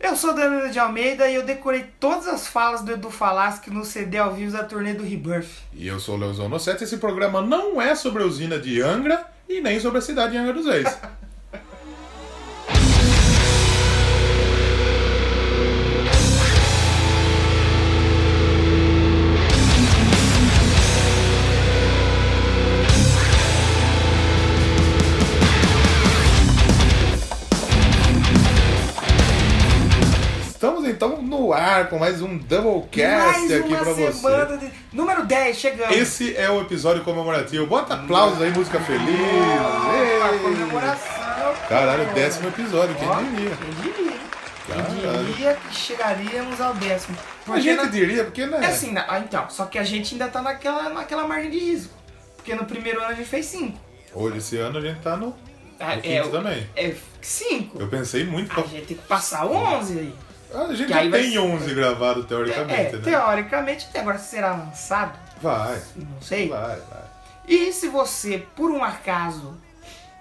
Eu sou Danilo de Almeida e eu decorei todas as falas do Edu Falaschi no CD ao vivo da turnê do Rebirth. E eu sou o Leozão Nocete e esse programa não é sobre a usina de Angra e nem sobre a cidade de Angra dos Reis. Estamos então no ar com mais um Doublecast Mais aqui uma pra você. semana de... Número 10, chegamos. Esse é o episódio comemorativo. Bota aplausos aí, música feliz. Opa, Ei! comemoração. Caralho, décimo episódio, quem Ó, diria? Quem diria? Quem Caralho. diria que chegaríamos ao décimo. A Porque gente na- diria, porque né? É assim, na- ah, então, só que a gente ainda tá naquela, naquela margem de risco. Porque no primeiro ano a gente fez 5. Hoje esse ano a gente tá no, Ah, é, no quinto o- também. É 5. Eu pensei muito A pra... Ah, gente tem que passar o 11 aí. A gente que já aí vai tem ser- 11 gravado É, teoricamente, né? teoricamente, até agora se será lançado, Vai, não sei. vai, vai. E se você, por um acaso,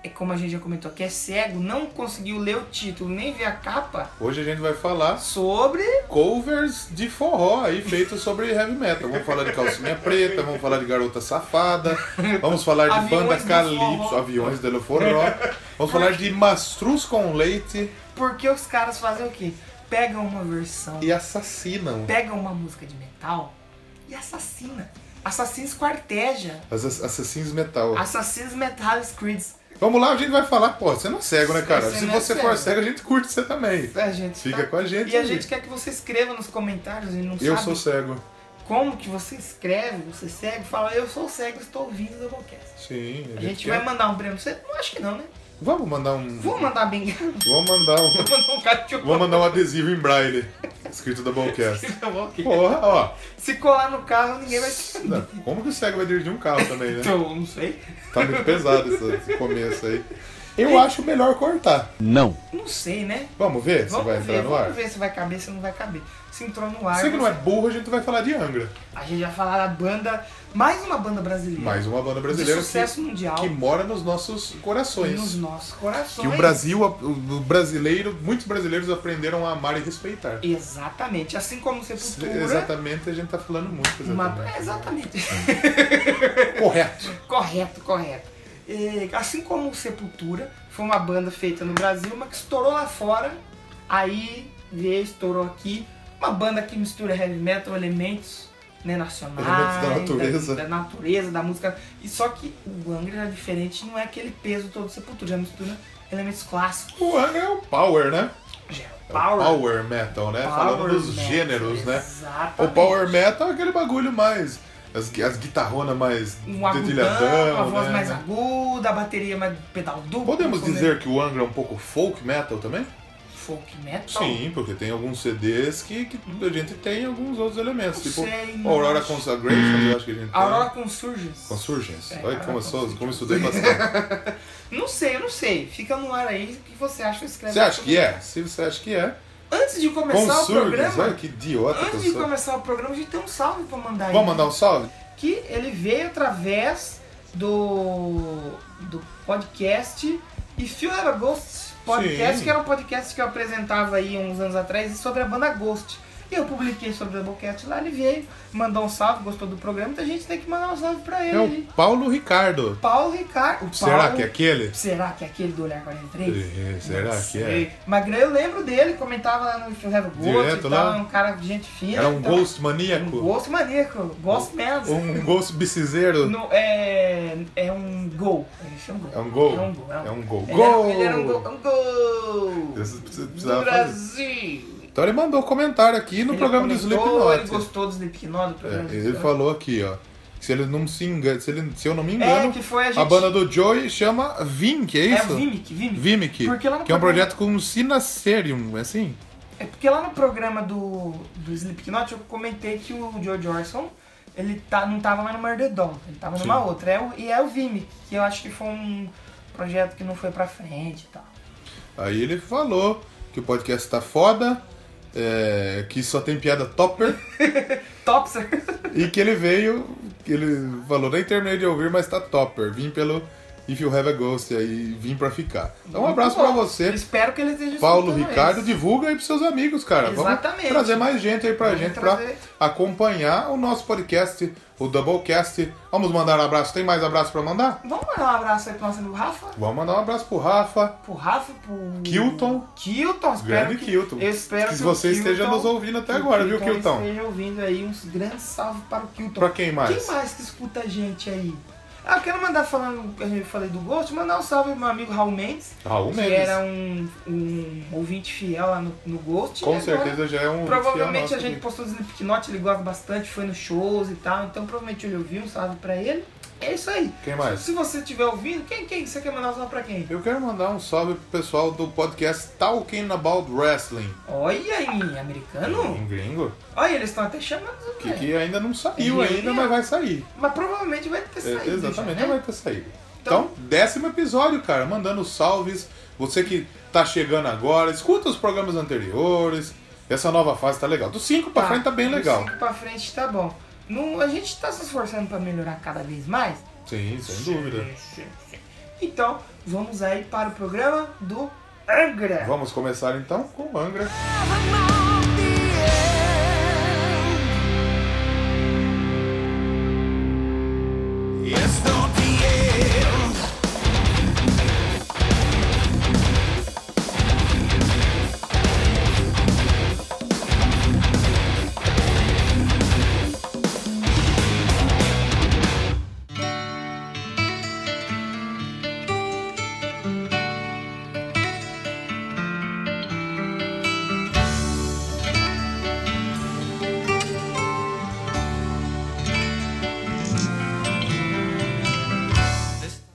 é como a gente já comentou aqui, é cego, não conseguiu ler o título nem ver a capa, Hoje a gente vai falar sobre. covers de forró aí feitos sobre heavy metal. Vamos falar de calcinha preta, vamos falar de garota safada, vamos falar de Aviões banda do calypso, forró. aviões de forró, vamos falar de mastruz com leite Porque os caras fazem o quê? Pegam uma versão, e assassinam. pegam uma música de metal e assassina. Assassina esquarteja. As ass- assassinos metal. Assassinos Metal Creeds. Vamos lá, a gente vai falar, pô, você não é cego, né, cara? Você Se não é você for cego. cego, a gente curte você também. A gente Fica tá- com a gente. E a aí. gente quer que você escreva nos comentários e não Eu sabe sou cego. como que você escreve, você segue, fala, eu sou cego, estou ouvindo o Doublecast. Sim, A gente quer. vai mandar um prêmio. Você não acho que não, né? Vamos mandar um. Vou mandar bem. Vamos mandar um. Vou mandar um cachorro. Vamos mandar um adesivo em braille. Escrito da Ballcast. Tá bom, ok. Porra, ó. Se colar no carro, ninguém vai se Não, Como que o cego vai dirigir um carro também, né? Então, não sei. Tá muito pesado esse, esse começo aí. Eu acho melhor cortar. Não. Não sei, né? Vamos ver se Vamos vai entrar ver, no ar? vamos ver se vai caber, se não vai caber. Se entrou no ar, Você que não é você- burro, a gente vai falar de Angra. a gente vai falar da banda, mais uma banda brasileira. Mais uma banda de brasileira sucesso que, mundial que mora nos nossos corações. nos nossos Que corações. o Brasil, o brasileiro, muitos brasileiros aprenderam a amar e respeitar. Exatamente, assim como Sepultura. Exatamente, a gente tá falando muito. uma- é, Exatamente. Exatamente. Correto. Correto, correto. E, assim como o Sepultura, foi uma banda feita no Brasil, mas que estourou lá fora. Aí veio, estourou aqui. Uma banda que mistura heavy metal, elementos né, nacionais. Elementos da natureza. Da, da natureza, da música. E só que o Angra é diferente, não é aquele peso todo do Sepultura, já mistura elementos clássicos. O Angra é o Power, né? Já é É o o power. power metal, né? Falando power dos metal, gêneros, né? O Exatamente. power metal é aquele bagulho mais. As, gui- as guitarronas mais Um agudão, dedilhadão, uma voz né? mais aguda, a bateria mais pedal duplo. Podemos como é- dizer que o Angra é um pouco folk metal também? Folk metal? Sim, porque tem alguns CDs que, que a gente tem alguns outros elementos, Não tipo sei, não Aurora né? acho. Consecration, eu acho que a gente tá tem. Aurora Consurgence. Consurgence. É, Olha Aurora como eu, sou, Consurgence. como eu estudei bastante. Não sei, eu não sei. Fica no ar aí o que você acha, escreve. você acha que é? Se você acha que é. Antes de começar o Consurgence, olha programa, que idiota que eu antes de sou. começar o programa, a gente tem um salve pra mandar aí. Vamos mandar um salve? Que ele veio através do do podcast e Feel Era Ghost podcast, Sim. que era um podcast que eu apresentava aí uns anos atrás e sobre a banda Ghost. E eu publiquei sobre o Doublecast lá, ele veio, mandou um salve, gostou do programa, então a gente tem que mandar um salve pra ele. É o Paulo Ricardo. Paulo Ricardo. o Será Paulo- que é aquele? Será que é aquele do Olhar 43? É, Será que é? Sei. Magrão, eu lembro dele, comentava lá no Ferreiro Ghost, Direto então, lá? um cara de gente fina. Era um então, ghost Um maníaco? Ghost maníaco, Ghost mesmo. Um ghost bicizeiro? No- é, é um gol. Ele chama gol. É um gol? É um gol. É um gol. Ele Gol! Era, ele era um gol. Um gol! Esse precisa- Do precisava fazer. Brasil! Então ele mandou comentário aqui no Ele programa do comentou, Ele Slipknot. gostou do Slipknot, do programa É, do ele Slipknot. falou aqui, ó. que Se ele não se engana, se, ele- se eu não me É, engano, que foi a gente... a banda do Joey chama Vink, é É isso? o Vimic, Vimic. Vimic. Porque lá no Que é um programa- projeto com Sinacerium, é assim? É porque lá no programa do, do Slipknot eu comentei que o George Orson ele tá, não tava mais no Murder Dawn, ele tava numa Sim. outra. É o- e é o Vime, que eu acho que foi um projeto que não foi pra frente e tal. Aí ele falou que o podcast tá foda, é, que só tem piada topper. Topser! E que ele veio, que ele falou, nem terminei de ouvir, mas tá topper. Vim pelo If You Have a Ghost aí vim pra ficar. Então um Muito abraço bom. pra você, Eu espero que ele esteja Paulo escutando Ricardo. esse. Divulga aí pros seus amigos, cara. Exatamente. Vamos trazer mais gente aí pra Vamos gente trazer. pra acompanhar o nosso podcast, o Doublecast. Vamos mandar um abraço. Tem mais abraço pra mandar? Vamos mandar um abraço aí pro nosso amigo Rafa? Vamos mandar um abraço pro Rafa, Pro Rafa, pro. Kilton. Kilton, espero. grande que... Kilton. Eu espero que que o você esteja Kilton- nos ouvindo até que agora, viu, Kilton? esteja ouvindo aí uns grandes salve para o Kilton. Pra quem mais? Quem mais que escuta a gente aí? Ah, eu quero mandar falando, eu falei do Ghost, mandar um salve pro meu amigo Raul Mendes, Raul que Mendes. era um, um ouvinte fiel lá no, no Ghost. e Com agora, certeza já é um. Provavelmente fiel a nosso gente aqui. postou do Slipknot, ele gosta bastante, foi nos shows e tal, então provavelmente ele ouviu, um salve pra ele. É isso aí. Quem mais? Se você estiver ouvindo, quem, quem? Você quer mandar um salve pra quem? Eu quero mandar um salve pro pessoal do podcast Talking About Wrestling. Olha aí, americano. Um gringo? Olha, eles estão até chamando. Que, né? que ainda não saiu Ele- ainda, mas vai sair. Mas provavelmente vai ter saído. É, exatamente, já, né? vai ter saído. Então, décimo episódio, cara, mandando salves. Você que tá chegando agora, escuta os programas anteriores. Essa nova fase tá legal. Do 5 pra Tá, frente tá bem do legal. cinco pra frente tá bom. Não, a gente tá se esforçando pra melhorar cada vez mais. Sim, sem dúvida. Sim, sim. Então, vamos aí para o programa do Angra. Vamos começar então com o Angra.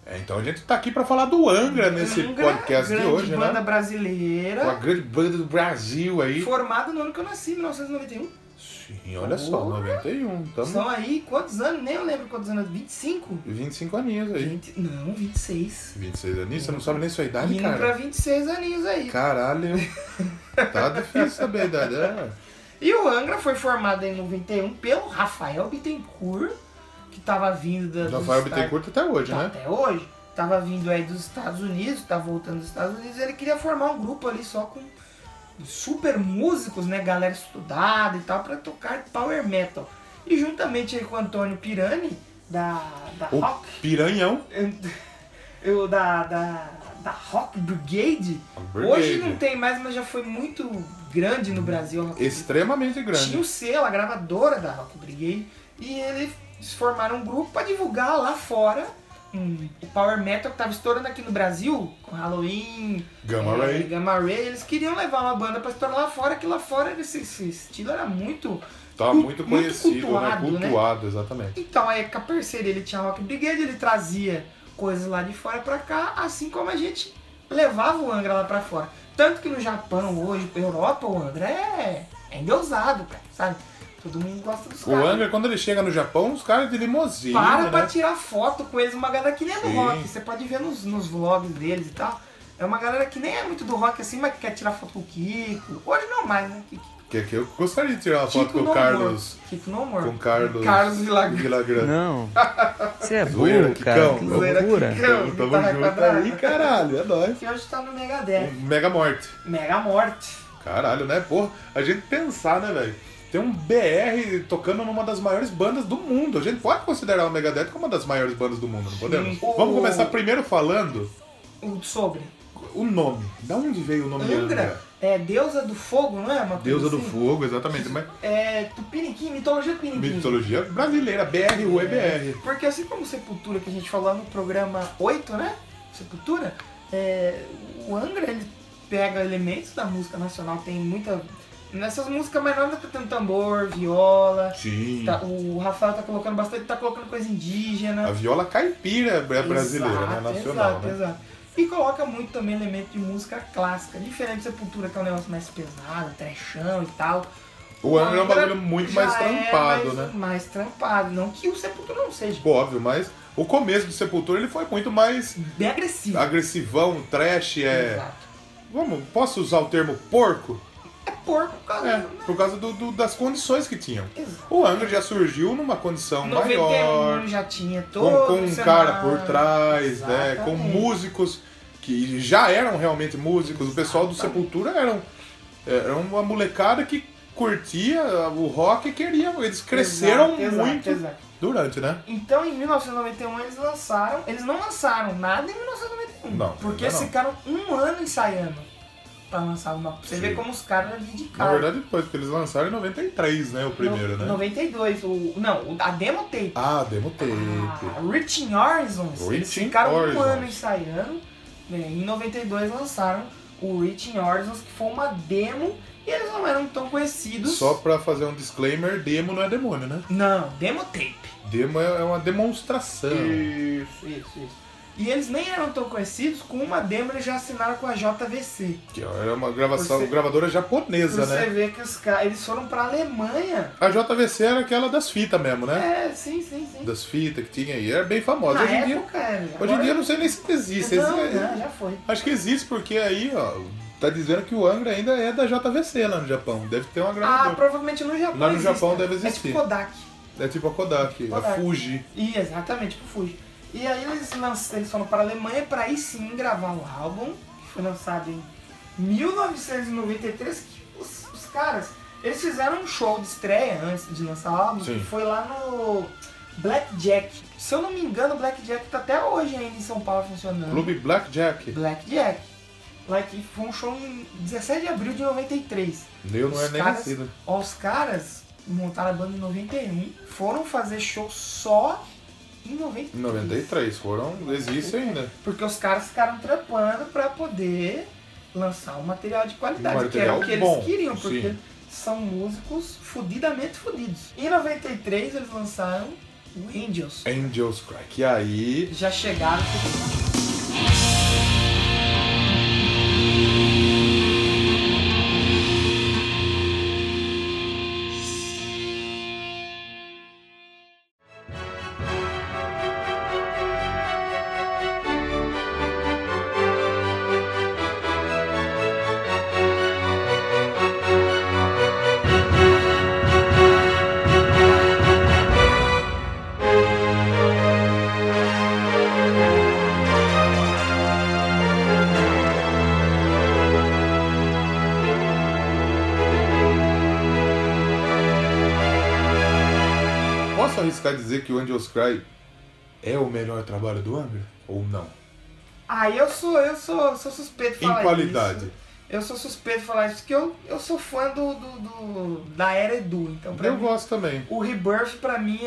É, então a gente tá aqui pra falar do Angra nesse Angra, podcast de grande hoje, banda né? Com a brasileira, grande banda do Brasil aí. formada no ano que eu nasci, 1991. Sim, olha só, Porra. 91. Tamo um. São aí quantos anos? Nem eu lembro quantos anos. 25? 25 aninhos aí. 20, não, 26. 26 aninhos? Você não sabe nem sua idade, Indo pra cara? 26 aninhos aí. Caralho. Tá difícil saber a idade. É. E o Angra foi formado em 91 pelo Rafael Bittencourt, que tava vindo da, O dos Rafael Estados- Bittencourt até hoje, tá né? até hoje, tava vindo aí dos Estados Unidos, tá voltando dos Estados Unidos, ele queria formar um grupo ali só com super músicos, né, galera estudada e tal, pra tocar power metal. E juntamente aí com o Antônio Pirani, da, da O Rock, Piranhão. eu, da, da, da Rock Brigade, Brigade. hoje não tem mais, mas já foi muito grande no Brasil. a Rock Extremamente grande. tinha um o selo, a gravadora da Rock Brigade, e eles formaram um grupo pra divulgar lá fora um, o Power Metal que tava estourando aqui no Brasil, com Halloween, Gamma é, Ray. Gamma Ray. Eles queriam levar uma banda pra estourar lá fora, que lá fora esse, esse estilo era muito. Tá cu- muito muito conhecido, cultuado, né? né? Cultuado, exatamente. Então aí com a parceria ele tinha a Rock Brigade, ele trazia coisas lá de fora pra cá, assim como a gente levava o Angra lá pra fora. Tanto que no Japão hoje, pra Europa, o Angra é, é endeusado, cara, sabe? Todo mundo gosta dos O caras. né? Angra, quando ele chega no Japão, os caras de limousine, para né? pra tirar foto com eles, uma galera que nem é do Sim. rock. Você pode ver nos, nos vlogs deles e tal. É uma galera que nem é muito do rock assim, mas que quer tirar foto com o Kiko. Hoje não mais, né? Kiko, Que, que eu gostaria de tirar uma foto Kiko com no o Carlos... More. Kiko no more. Com Carlos... Carlos Villagrande. Villagrande. Não. Você é Zoeira, burro, cara. Kikão. Que Zoeira, loucura. Kikão. Tamo Guitarra tamo junto quadrada. aí, caralho. É nóis. Um Que hoje tá no Megadeth. Mega Morte. Mega Morte. Caralho, né? Porra, a gente pensar, né, velho? Tem um BR tocando numa das maiores bandas do mundo. A gente pode considerar o Megadeth como uma das maiores bandas do mundo, não podemos? Sim. Vamos O- começar primeiro falando O sobre. o nome. Da onde veio o nome de Angra Angra? é deusa do fogo, não é? Uma coisa Deusa do assim? Fogo, exatamente. Mas É Tupiniquim, mitologia Tupiniquim. mitologia brasileira, BR, UEBR. Porque assim como Sepultura, que a gente falou lá no programa 8, né? Sepultura, é, o Angra, ele pega elementos da música nacional, tem muita... Nessas músicas mais nada tá tendo tambor, viola, Sim. tá- o Rafael tá colocando bastante, tá colocando coisa indígena. A viola caipira é brasileira, Exato, né? Nacional, exato, né? Exato. E coloca muito também elemento de música clássica, diferente de Sepultura, que é um negócio mais pesado, trechão e tal. O Angra é um Angra bagulho muito mais Já é trampado, mais- né? Mais trampado, não que o Sepultura não seja. Óbvio, mas o começo do Sepultura ele foi muito mais Bem agressivo. agressivão, trash, é. Exato. Vamos, posso usar o termo porco? É porco, cara. É, por causa do- do- das condições que tinham. Exato. O Angra já surgiu numa condição 91 É maior, já tinha com, todo com um cara por trás, né? Exatamente. Com músicos que já eram realmente músicos. O pessoal do Exatamente. Sepultura eram, era uma molecada que curtia o rock e queria. Eles cresceram Exato, exato, muito exato. durante, né? Então em 1991 eles lançaram. Eles não lançaram nada em 1991. Não, porque ainda eles não. ficaram um ano ensaiando pra lançar uma. Você Sim. vê como os caras eram Na dedicados. verdade, depois, porque eles lançaram em 93, né? O No- primeiro, né? 92. O, não, o- a demo tape. Ah, demo tape. A Ah, Reaching Horizons. eles Reaching ficaram Horizons. um ano ensaiando. né, Em 92 lançaram o Reaching Horizons, que foi uma demo. E eles não eram tão conhecidos. Só pra fazer um disclaimer, demo não é demônio, né? Não, demo tape. Demo é é uma demonstração. Isso, isso, isso. E eles nem eram tão conhecidos, com uma demo eles já assinaram com a JVC. Que é uma gravação, Por ser- gravadora Pra japonesa, você né? ver que os caras, eles foram pra Alemanha. A JVC era aquela das fitas mesmo, né? É, sim, sim, sim. Das fitas que tinha aí. Era bem Na famosa. Hoje em, dia, época, é, hoje em agora- dia eu não sei é- nem se existe. não, Esse- não, já foi. Acho que existe porque aí, ó, tá dizendo que o Angra ainda é da JVC lá no Japão. Deve ter um uma Ah, gravadora. provavelmente no Japão Lá no existe, Japão né? deve É existir. tipo Kodak. é tipo a Kodak, a Kodak. Fuji. E, exatamente, tipo Fuji. E aí eles, lanç- eles foram pra Alemanha pra aí sim gravar o álbum, que foi lançado em 1993, que os, os caras, eles fizeram um show de estreia antes de lançar o álbum, Sim. que foi lá no Blackjack. Se eu não me engano, o Blackjack tá até hoje ainda em São Paulo funcionando. Clube Blackjack. Blackjack. Lá que foi um show em 17 de abril de 93. Eu não Os é nem caras- nascido. Ó, os caras montaram a banda em 91, foram fazer show só em 93. Em 93 foram, existe ainda. Porque os caras ficaram trampando pra poder lançar um material de qualidade, Um que era material o que bom, eles queriam, porque sim. são músicos fudidamente fudidos. Em 93 eles lançaram o Angels. Angels Cry. Que aí Já chegaram. Posso arriscar dizer que o Angels Cry é o melhor trabalho do Angra? Ou não? Ah, eu sou, eu sou, sou suspeito de Em falar qualidade. isso. Eu sou suspeito de falar isso, porque eu, eu sou fã do, do, do- da era Edu. Então, pra Eu mim, gosto também. o Rebirth, pra mim,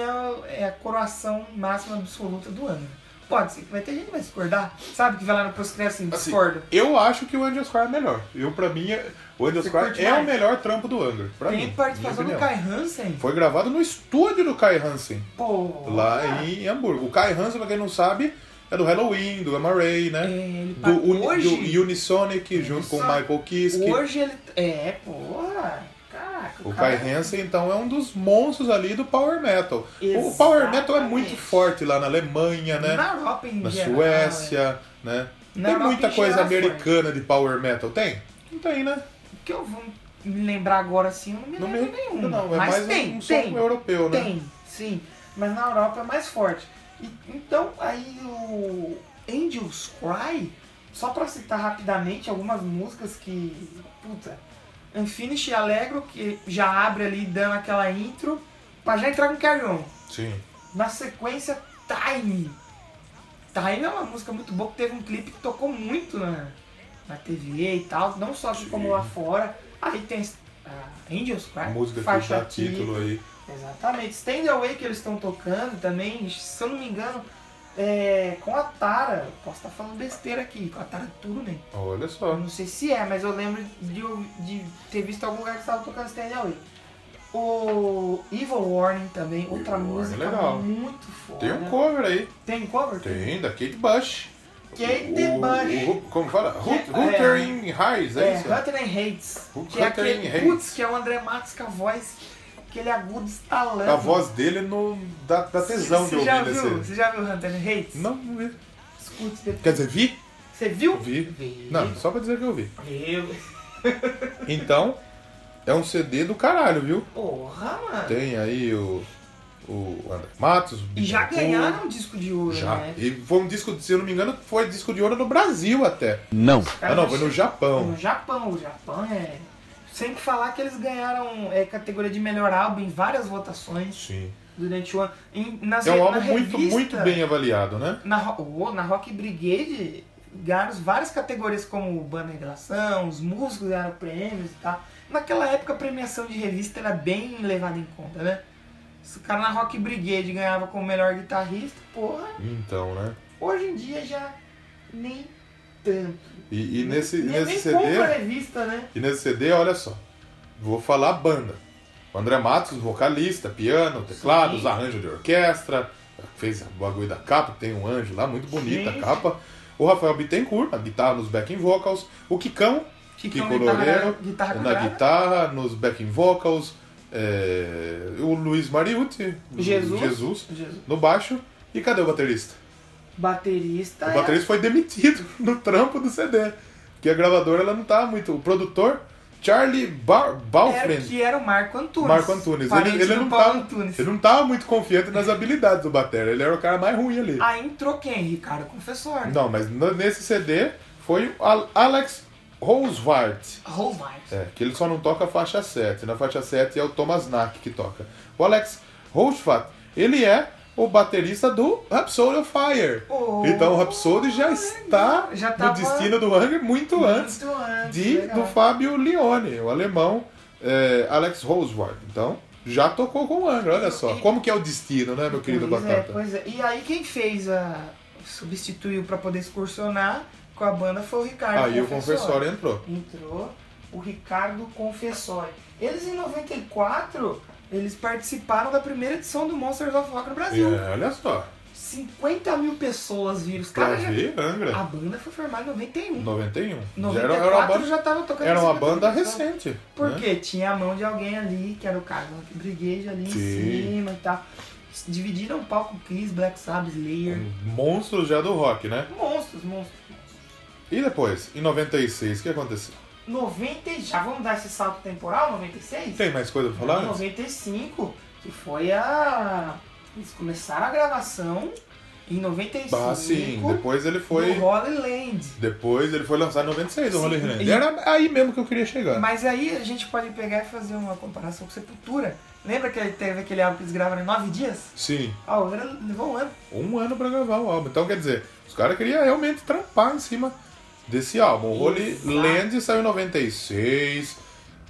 é, é a coroação máxima absoluta do ano. Pode ser que vai ter gente que vai discordar. Sabe que vai lá no Postgres assim, Assim, discorda. Eu acho que o Angels Cry é melhor. Eu, pra mim, é- o Angels Você Cry curte é o mais? melhor trampo do Angra. Pra mim. Tem participação minha do opinião. Kai Hansen. Foi gravado no estúdio do Kai Hansen, Pô, lá em Hamburgo. O Kai Hansen, pra quem não sabe, é do Halloween, do Gamma Ray, é, né? ele Do, participou Uni- hoje, do Unisonic, junto com o Unisonic. Michael Kiske. hoje ele... É, porra. Caraca, O Kai Hansen, então, é um dos monstros ali do Power Metal. O Exatamente. Power Metal é muito forte lá na Alemanha, né? Na Europa em na geral, é. Suécia, né? Na tem Europa muita em coisa geral foi. americana de power metal, tem? Não tem, né? que eu vou me lembrar agora assim, eu não me Não lembro me- nenhum. Não, é mas mais um- tem, um som tem, europeu, né? tem, sim. Mas na Europa é mais forte. E- então, aí o Angels Cry, só pra citar rapidamente algumas músicas que. Puta. Unfinished e Alegro, que já abre ali dando aquela intro, pra já entrar com Carry On. Sim. Na sequência, Time. Time é uma música muito boa que teve um clipe que tocou muito na, na TV e tal, não só aqui como lá fora. Aí tem ah, Angels Cry, A música que faixa dá título aí. Exatamente. Stand Away que eles estão tocando também, se eu não me engano, é, com a Tara. Posso estar falando besteira aqui, com a Tara Turner. Olha Eu só. não sei se é, mas eu lembro de, eu- de ter visto algum lugar que estava tocando Stand Away. O Evil Warning também, outra Warning, é música legal. muito foda. Tem um cover aí. Tem cover? Tem, da Kate Bush. Kate O- Bush. o- como fala? Hoot- Que- Hooter é. in Highs, é, É, isso? Hunter and Hates. O Que é Hunter and aquele Hates. putz, que é o André Matos com a voz, aquele agudo estalando. A voz dele no, dá, dá tesão de Você ouvir já desse- viu? Você já viu Hunter and Hates? Não, não vi. Escute depois. Quer dizer, vi? Você viu? Vi. Vi. Não, só pra dizer que eu vi. Viu. Então, É um CD do caralho, viu? Porra, mano. Tem aí o, o André Matos. o E já Bittencourt. ganharam um disco de ouro, Já. né? E foi um disco, se eu não me engano, foi disco de ouro no Brasil até. Não. Os Ah, caras não, foi no Japão. No Japão, o Japão é. Sem falar que eles ganharam é, categoria de melhor álbum em várias votações Sim. durante o ano. Em- nas É um re- álbum na muito, revista, muito bem avaliado, né? Na, Ro- Uou, na Rock Brigade ganharam várias categorias como banda em relação, os músicos ganharam prêmios e tal. Naquela época a premiação de revista era bem levada em conta, né? Se o cara na Rock Brigade ganhava como melhor guitarrista, porra, Então, né? hoje em dia já nem tanto. E, e nesse, nem, nesse nem CD. compra revista, né? E nesse CD, olha só. Vou falar a banda. O André Matos, vocalista, piano, teclados, Sim. arranjo de orquestra, fez o bagulho da capa, tem um anjo lá, muito bonita Sim. a capa. O Rafael Bittencourt, na guitarra, nos backing vocals. O Kikão, Kiko é um guitarra- Loureiro, guitarra na quadrada. guitarra, nos backing vocals. É, O Luiz Mariucci, o Jesus. Jesus, Jesus. no baixo. E cadê o baterista? Baterista. O é- baterista foi demitido no trampo do CD. Porque a gravadora ela não tá muito. O produtor, Charlie Bar era, Balfriend, que era o Marco Antunes. é Marco Antunes. parente Ele, ele do não Paulo tava, Antunes. ele não tava muito confiante nas habilidades do Batera. Ele era o cara mais ruim ali. Aí entrou quem? Ricardo Confessor. né? Não, mas no- nesse CD foi o Al- Alex Rosewart. Rovais. É, que ele só não toca a faixa 7. Na faixa 7 é o Thomas Knack que toca. O Alex Rosewart, ele é o baterista do Rhapsody of Fire. Oh, então o Rhapsody já está já no tava- destino do Hunger muito, antes Muito antes, de, legal. do Fábio Leone, o alemão é, Alex Rosewart. Então, já tocou com o Angra, olha só. E- Como que é o destino, né, meu querido Pois é, Batata? pois é. E aí quem fez a. substituiu pra poder excursionar com a banda foi o Ricardo Aí o Confessor. confessório entrou. entrou o Ricardo Confessori. Eles em 94, eles participaram da primeira edição do Monsters of Rock no Brasil. É, olha só. 50 mil pessoas viram os Pra caras. já- ver, Angra. A banda foi formada em 91. 91. Já Era, 94 era uma banda, já tava tocando. era uma 50 banda mil pessoas. recente. né? Porque tinha a mão de alguém ali, que era o cara do Brigade ali Sim. em cima e tal. Dividiram o palco Chris, Black Sabbath, Slayer. Um monstro já do rock, né? Monstros, monstros. E depois, em 96, o que aconteceu? 90 e- já vamos dar esse salto temporal, 96? Tem mais coisa pra falar? Em antes? 95, que foi a. Eles começaram a gravação em 95. Ah, sim. Depois ele Foi. foi. No Holy Land. Depois ele foi lançado em 96, o Sim, Holy Hand. e- Era aí mesmo que eu queria chegar. Mas aí a gente pode pegar e fazer uma comparação com Sepultura. Lembra que teve aquele álbum que eles gravaram em 9 dias? Sim. Ah, o Vera levou um ano. um ano pra gravar o álbum. Então, quer dizer, os caras queriam realmente trampar em cima desse álbum. O Holy Exato. Land saiu em 96.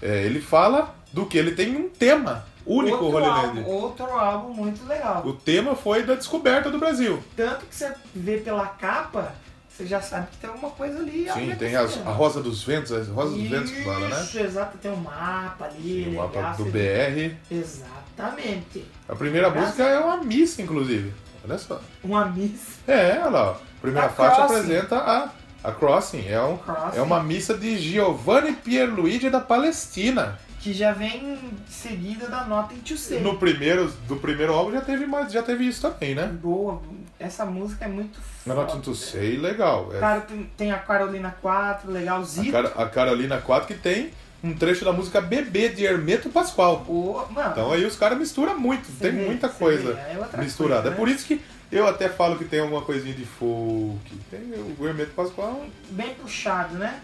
É, ele fala do que? Ele tem um tema único, o outro Holy álbum, Land. Outro álbum muito legal. O tema foi da descoberta do Brasil. Tanto que você vê pela capa, você já sabe que tem alguma coisa ali. Sim, tem as- a Rosa dos Ventos, a Rosa dos Ventos que fala, né? Isso, exato. Tem um mapa ali. Sim, o mapa legal, do você- BR. Exatamente. A primeira Graças- música é uma missa, inclusive. Olha só. Uma missa. É, olha lá. ó. A primeira A faixa Crossing. apresenta a, a Crossing. É, um, Crossing. é uma missa de Giovanni Pierluigi da Palestina. Que já vem seguida da nota em To Say. No primeiro, do primeiro álbum já teve, mais- já teve isso também, né? Boa. Essa música é muito Na foda. Nota to Say, legal. É, Cara, tem, tem a Carolina 4, legal. a, Zito. Cara- a Carolina 4 que tem um trecho da música Bebê de Hermeto Pascoal. Ô, mano, Então aí os caras misturam muito, você tem vê, muita você coisa vê, é outra misturada. coisa, É né? por isso que eu até falo que tem alguma coisinha de folk. Tem o Hermeto Pascoal. bem puxado, né?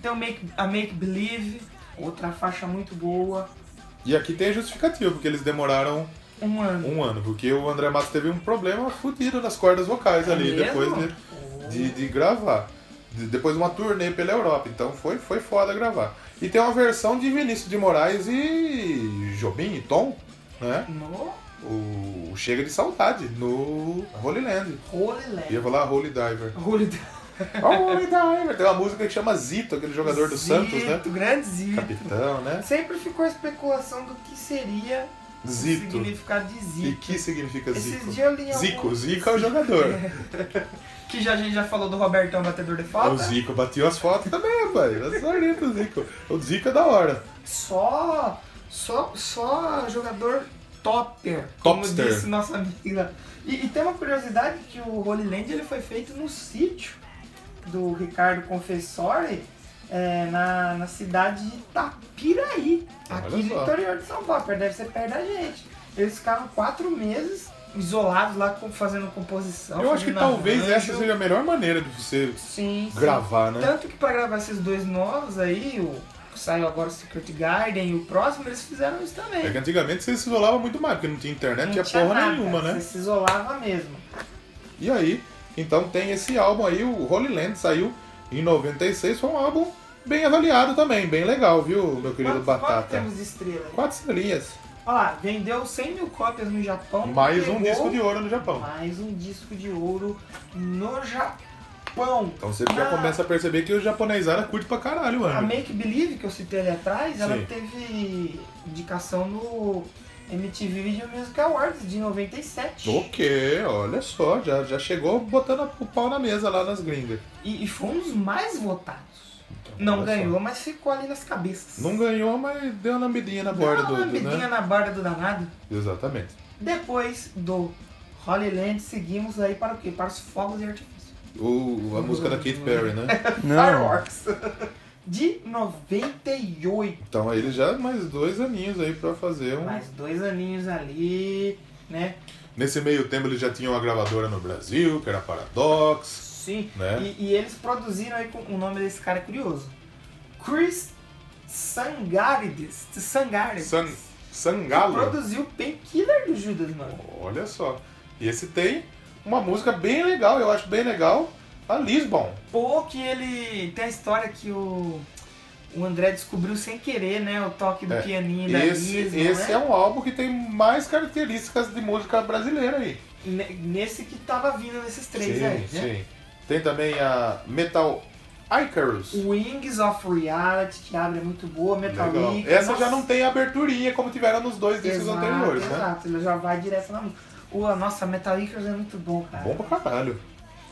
Tem o Make, a Make Believe, outra faixa muito boa. E aqui tem justificativo, porque eles demoraram Um ano. um ano, porque o André Matos teve um problema fudido nas cordas vocais É ali, mesmo? depois de, Oh, de, de gravar. De- depois uma turnê pela Europa, então foi, foi foda gravar. E tem uma versão de Vinícius de Moraes e Jobim e Tom, né? No O, o Chega de Saudade, no Holy Land. Holy Ia Land. falar Holy Diver. Holy Holy Diver! Tem uma música que chama Zito, aquele jogador do Santos, né? Zito, grande Zito. Capitão, né? Sempre ficou a especulação do que seria o Zito. significado de E Zito. que significa Esses Zico? dias eu li em algum- Zico, Zico é o jogador. Que já, a gente já falou do Robertão batedor de O falta. Zico bateu as fotos também, rapaz. Eu sou lindo do Zico. O Zico é da hora. Só, só, só jogador topper, Topster. como disse nossa amiga. E, e tem uma curiosidade que o Holy Land ele foi feito no sítio do Ricardo Confessori, é, na, na cidade de Itapiraí, Olha aqui no só. interior de São Paulo, perto- deve ser perto da gente. Eles ficaram quatro meses isolados lá com- fazendo composição. Eu acho que Tá fazendo talvez arranjo. essa seja a melhor maneira de você Sim, sim. gravar, né? Tanto que pra gravar esses dois novos aí, o que saiu agora o Secret Garden e o próximo, eles fizeram isso também. É que antigamente você se isolava muito mais, porque não tinha internet, Não tinha tinha porra nada, assim. nenhuma, né? Você se isolava mesmo. E aí, então tem esse álbum aí, o Holy Land, saiu em 96, foi um álbum bem avaliado também, bem legal, viu, meu querido Quantos- quantos Batata? temos de estrela aí? Quatro estrelinhas, Olha lá, vendeu 100 mil cópias no Japão. mais um pegou disco de ouro no Japão. Mais um disco de ouro no Japão. Então você já Ah. começa a perceber que o japonesada curte pra caralho, A mano. Make Believe, que eu citei ali atrás, ela Sim. teve indicação no MTV Video Music Awards de 97. O quê? Olha só, já, já chegou botando o pau na mesa lá nas gringas. E, e foi um dos mais votados. Então, Não olha só. ganhou, mas ficou ali nas cabeças. Não ganhou, mas deu uma lambidinha na borda Deu do, uma do lambidinha né? na borda do danado. Exatamente. Depois do Holy Land, seguimos aí para o quê? Para os fogos de artifício. O, a música da Katy Perry, né? Não. Fireworks. De 98. Então aí ele já mais dois aninhos aí pra fazer um. Mais dois aninhos ali, né? Nesse meio tempo ele já tinha uma gravadora no Brasil, que era a Paradox, Sim. né? E, e eles produziram aí com o nome desse cara é curioso. Chris Sangarides. Sangarides. San... Sangalo. Produziu Painkiller do Judas, mano. Olha só. E esse tem uma música bem legal, eu acho bem legal, a Lisbon. Pô, que ele. Tem a história que o. O André descobriu sem querer, né? O toque do É, pianinho da Esse, Lisma, esse né? é um álbum que tem mais características de música brasileira aí. Ne- Nesse que tava vindo nesses três sim, aí, né? sim. Tem também a Metal Icarus. Wings of Reality, que abre, é muito boa. Legal. Metallica. Essa nossa. já não tem aberturinha como tiveram nos dois discos Exato, anteriores, né? Exato, ele já vai direto na música. Ua, nossa, Metallica é muito bom, cara. Bom pra caralho.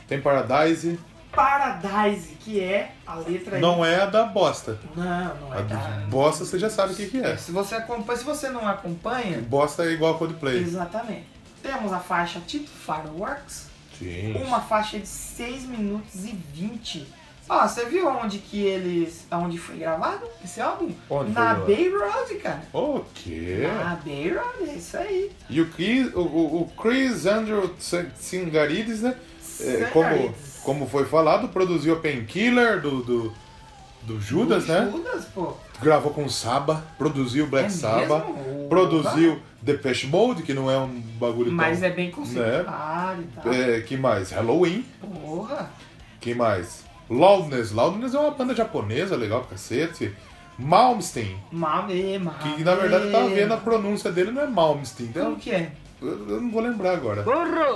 Tem Paradise. Paradise, que é a letra aí. Não é a da bosta. Não, não A é do da... bosta você já sabe o que, que é. Se você acompanha, se você não acompanha, Bosta é igual a Coldplay. exatamente. Temos a faixa título Fireworks, Sim. uma faixa de 6 minutos e 20. Ó, você viu onde que eles. aonde foi gravado esse álbum? Onde Na foi É. Bay Road, cara. O quê? Na Bay Road, é isso aí. E o Chris, o, o- o Chris Andrew Tsing- Tsingarides, né? É, como, Sangarides. como foi falado, produziu a Painkiller do, do, do Judas, Do né? Judas, pô. Gravou com o Saba, produziu Black É Sabbath, mesmo? produziu Depeche Mode, que não é um bagulho Mas tão... é bem conceituado e tal. É, que mais? Halloween. Porra. Que mais? Loudness. Loudness é uma banda japonesa, legal pra cacete. Malmsteen, Mame, mame. que na verdade eu tava vendo a pronúncia dele, não é Malmsteen. Como Então, que é? eu eu não vou lembrar agora.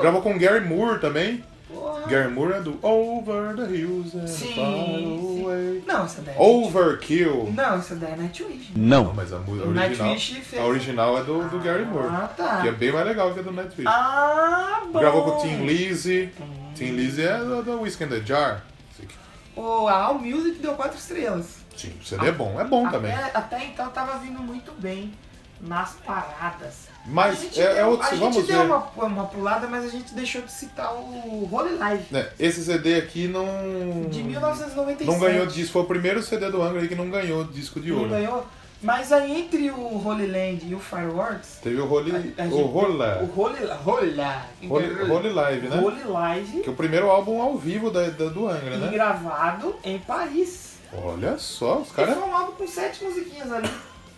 Gravou com Gary Moore também. Porra. Gary Moore é do Over the Hills and Sim, Far Away. Não, essa daí. é Overkill. Netwish. Não, essa daí é Nightwish. Não, Não. mas a música O original, Nightwish fez. né? a original é do, do Gary Moore, Ah, tá. que é bem mais legal que a do Netflix. Ah, bom. Hum. Gravou com o Tim Lizzy. Tim Lizzy é do, do Whiskey in the Jar. O a All Music deu 4 estrelas. Sim, o Ah. CD é bom, é bom também. Até, até então tava vindo muito bem nas paradas. a Mas gente é, é deu, outro, a vamos gente ver. deu uma, uma pulada, mas a gente deixou de citar o Holy Live né, Esse CD aqui não. de 1997. Não ganhou disco. Foi o primeiro CD do Angra aí que não ganhou disco de Não ouro. ganhou. Mas aí entre o Holy Land e o Fireworks, Teve o Holy. A- a gente- o Rola. o Holy Rola, Holy, Holy Live, né? Holy Live Que é o primeiro álbum ao vivo da, da- do Angra, e né? gravado em Paris. Olha só, os Cara... caras. Foi um álbum com sete musiquinhas ali,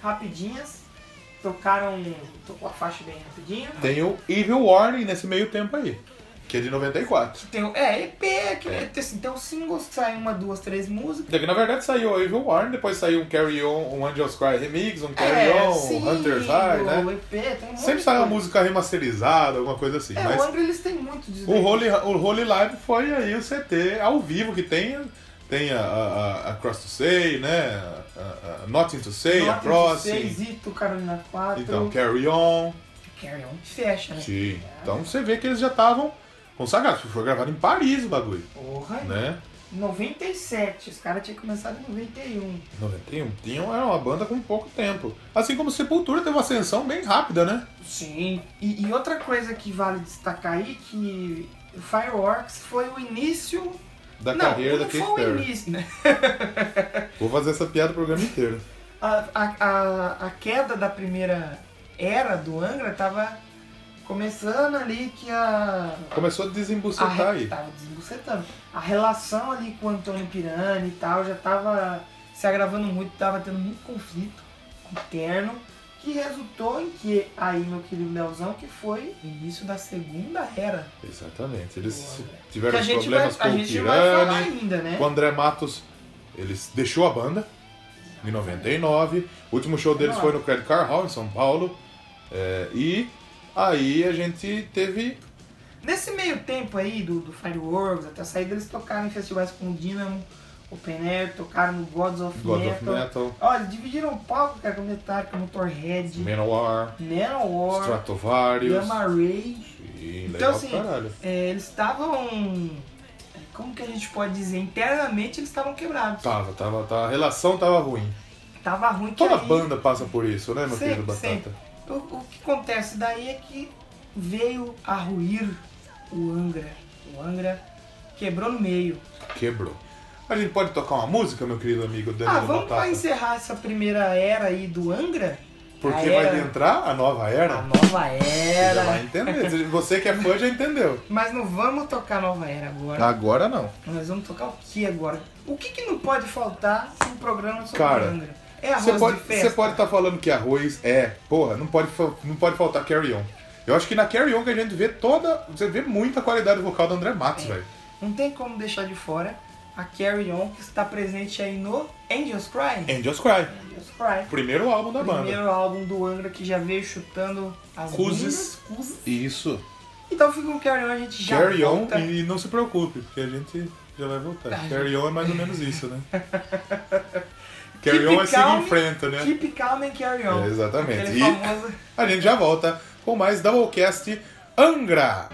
rapidinhas. Tocaram, tocou a faixa bem rapidinho. Tem o Evil Warning nesse meio tempo aí. Que é de 94. Tem, o- é, EP, que, Assim, tem uns singles que saem uma, duas, três músicas. Daqui, na verdade, saiu o Evil Warning, depois saiu um Carry On, um Angels Cry Remix, um Carry é, On, single, um Hunter's High, né? EP, tem um monte Sempre de sai uma coisa. música remasterizada, alguma coisa assim. É, mas o Angra eles têm muito disso. O daí. Holy, o Holy Live foi aí o CT ao vivo que tem, tem a, a, a Cross to Say, né? A, a, a Nothing to Say, a Nota de Crossing. seis, Ito, Carolina 4. Então, Carry On. Carry On fecha, né? Sim. Então você vê que eles já estavam consagrados. Foi gravado em Paris o bagulho, Porra, né? 97. Os caras tinham começado em 91. Em 91. Tinha, era uma banda com pouco tempo. Assim como Sepultura teve uma ascensão bem rápida, né? Sim. E, e outra coisa que vale destacar aí, que o Fireworks foi o início da não, carreira não da Katy foi o Perry. início, né? Vou fazer essa piada o programa inteiro. A, a, a, a queda da primeira era do Angra tava começando ali que a. Começou a a desembucetar re- tá aí. Tava desembucetando. A relação ali com o Antônio Pirani e tal já tava se agravando muito, tava tendo muito conflito interno, que resultou em que aí, meu querido Melzão, que foi o início da segunda era. Exatamente. Eles Boa, né? Que tiveram a gente vai, problemas a com o gente vai falar Tirani. ainda, né? O André Matos, eles deixou a banda em 99. O último show deles foi no Credit Car Hall, em São Paulo. É, e aí a gente teve. Nesse meio tempo aí do, do Fireworks, até a saída, eles tocaram em festivais como Dynamo, Open Air, tocaram no Gods of God Metal. of Metal, Olha, dividiram o palco, cara, com Metallica, Motorhead, Manowar, Manowar, Stratovarius. Gamma Ray. E Então, legal assim, pra caralho. É, eles estavam... Como que a gente pode dizer? Internamente eles estavam quebrados. Tava, tava, tava. A relação tava ruim. Tava ruim. é- que Toda aí- banda passa por isso, né, meu Sempre, querido Batata? O, o que acontece daí é que veio a ruir o Angra. O Angra quebrou no meio. Quebrou. A gente pode tocar uma música, meu querido amigo Danilo Ah, vamos pra Batata? encerrar essa primeira era aí do Angra? A Porque era- vai entrar a nova A era. nova Você já vai era. entender. Você que é fã já entendeu. Mas não vamos tocar nova era agora. Agora não. Nós vamos tocar o que agora? O que, que não pode faltar num programa sobre Cara, Angra? É arroz Você pode de festa. estar falando que arroz é. Porra, não pode, fa- não pode faltar carry on. Eu acho que na carry on que a gente vê toda. Você vê muita qualidade vocal do André Matos, É. velho. Não tem como deixar de fora a Carry On que está presente aí no Angels Cry. Angels Cry. Angels Cry. Primeiro álbum da É. banda. Primeiro álbum do Angra que já veio chutando as Cuzes. bundas, cuzes. Isso. Então fica com Carry On, a gente já carry on volta. e não se preocupe, porque a gente já vai voltar. Ah, carry on é mais ou menos isso, né? carry on é seguir calm, em frente, né? Keep Calm and Carry On. É, exatamente. Aquele E famoso... a gente já volta com mais Doublecast Angra.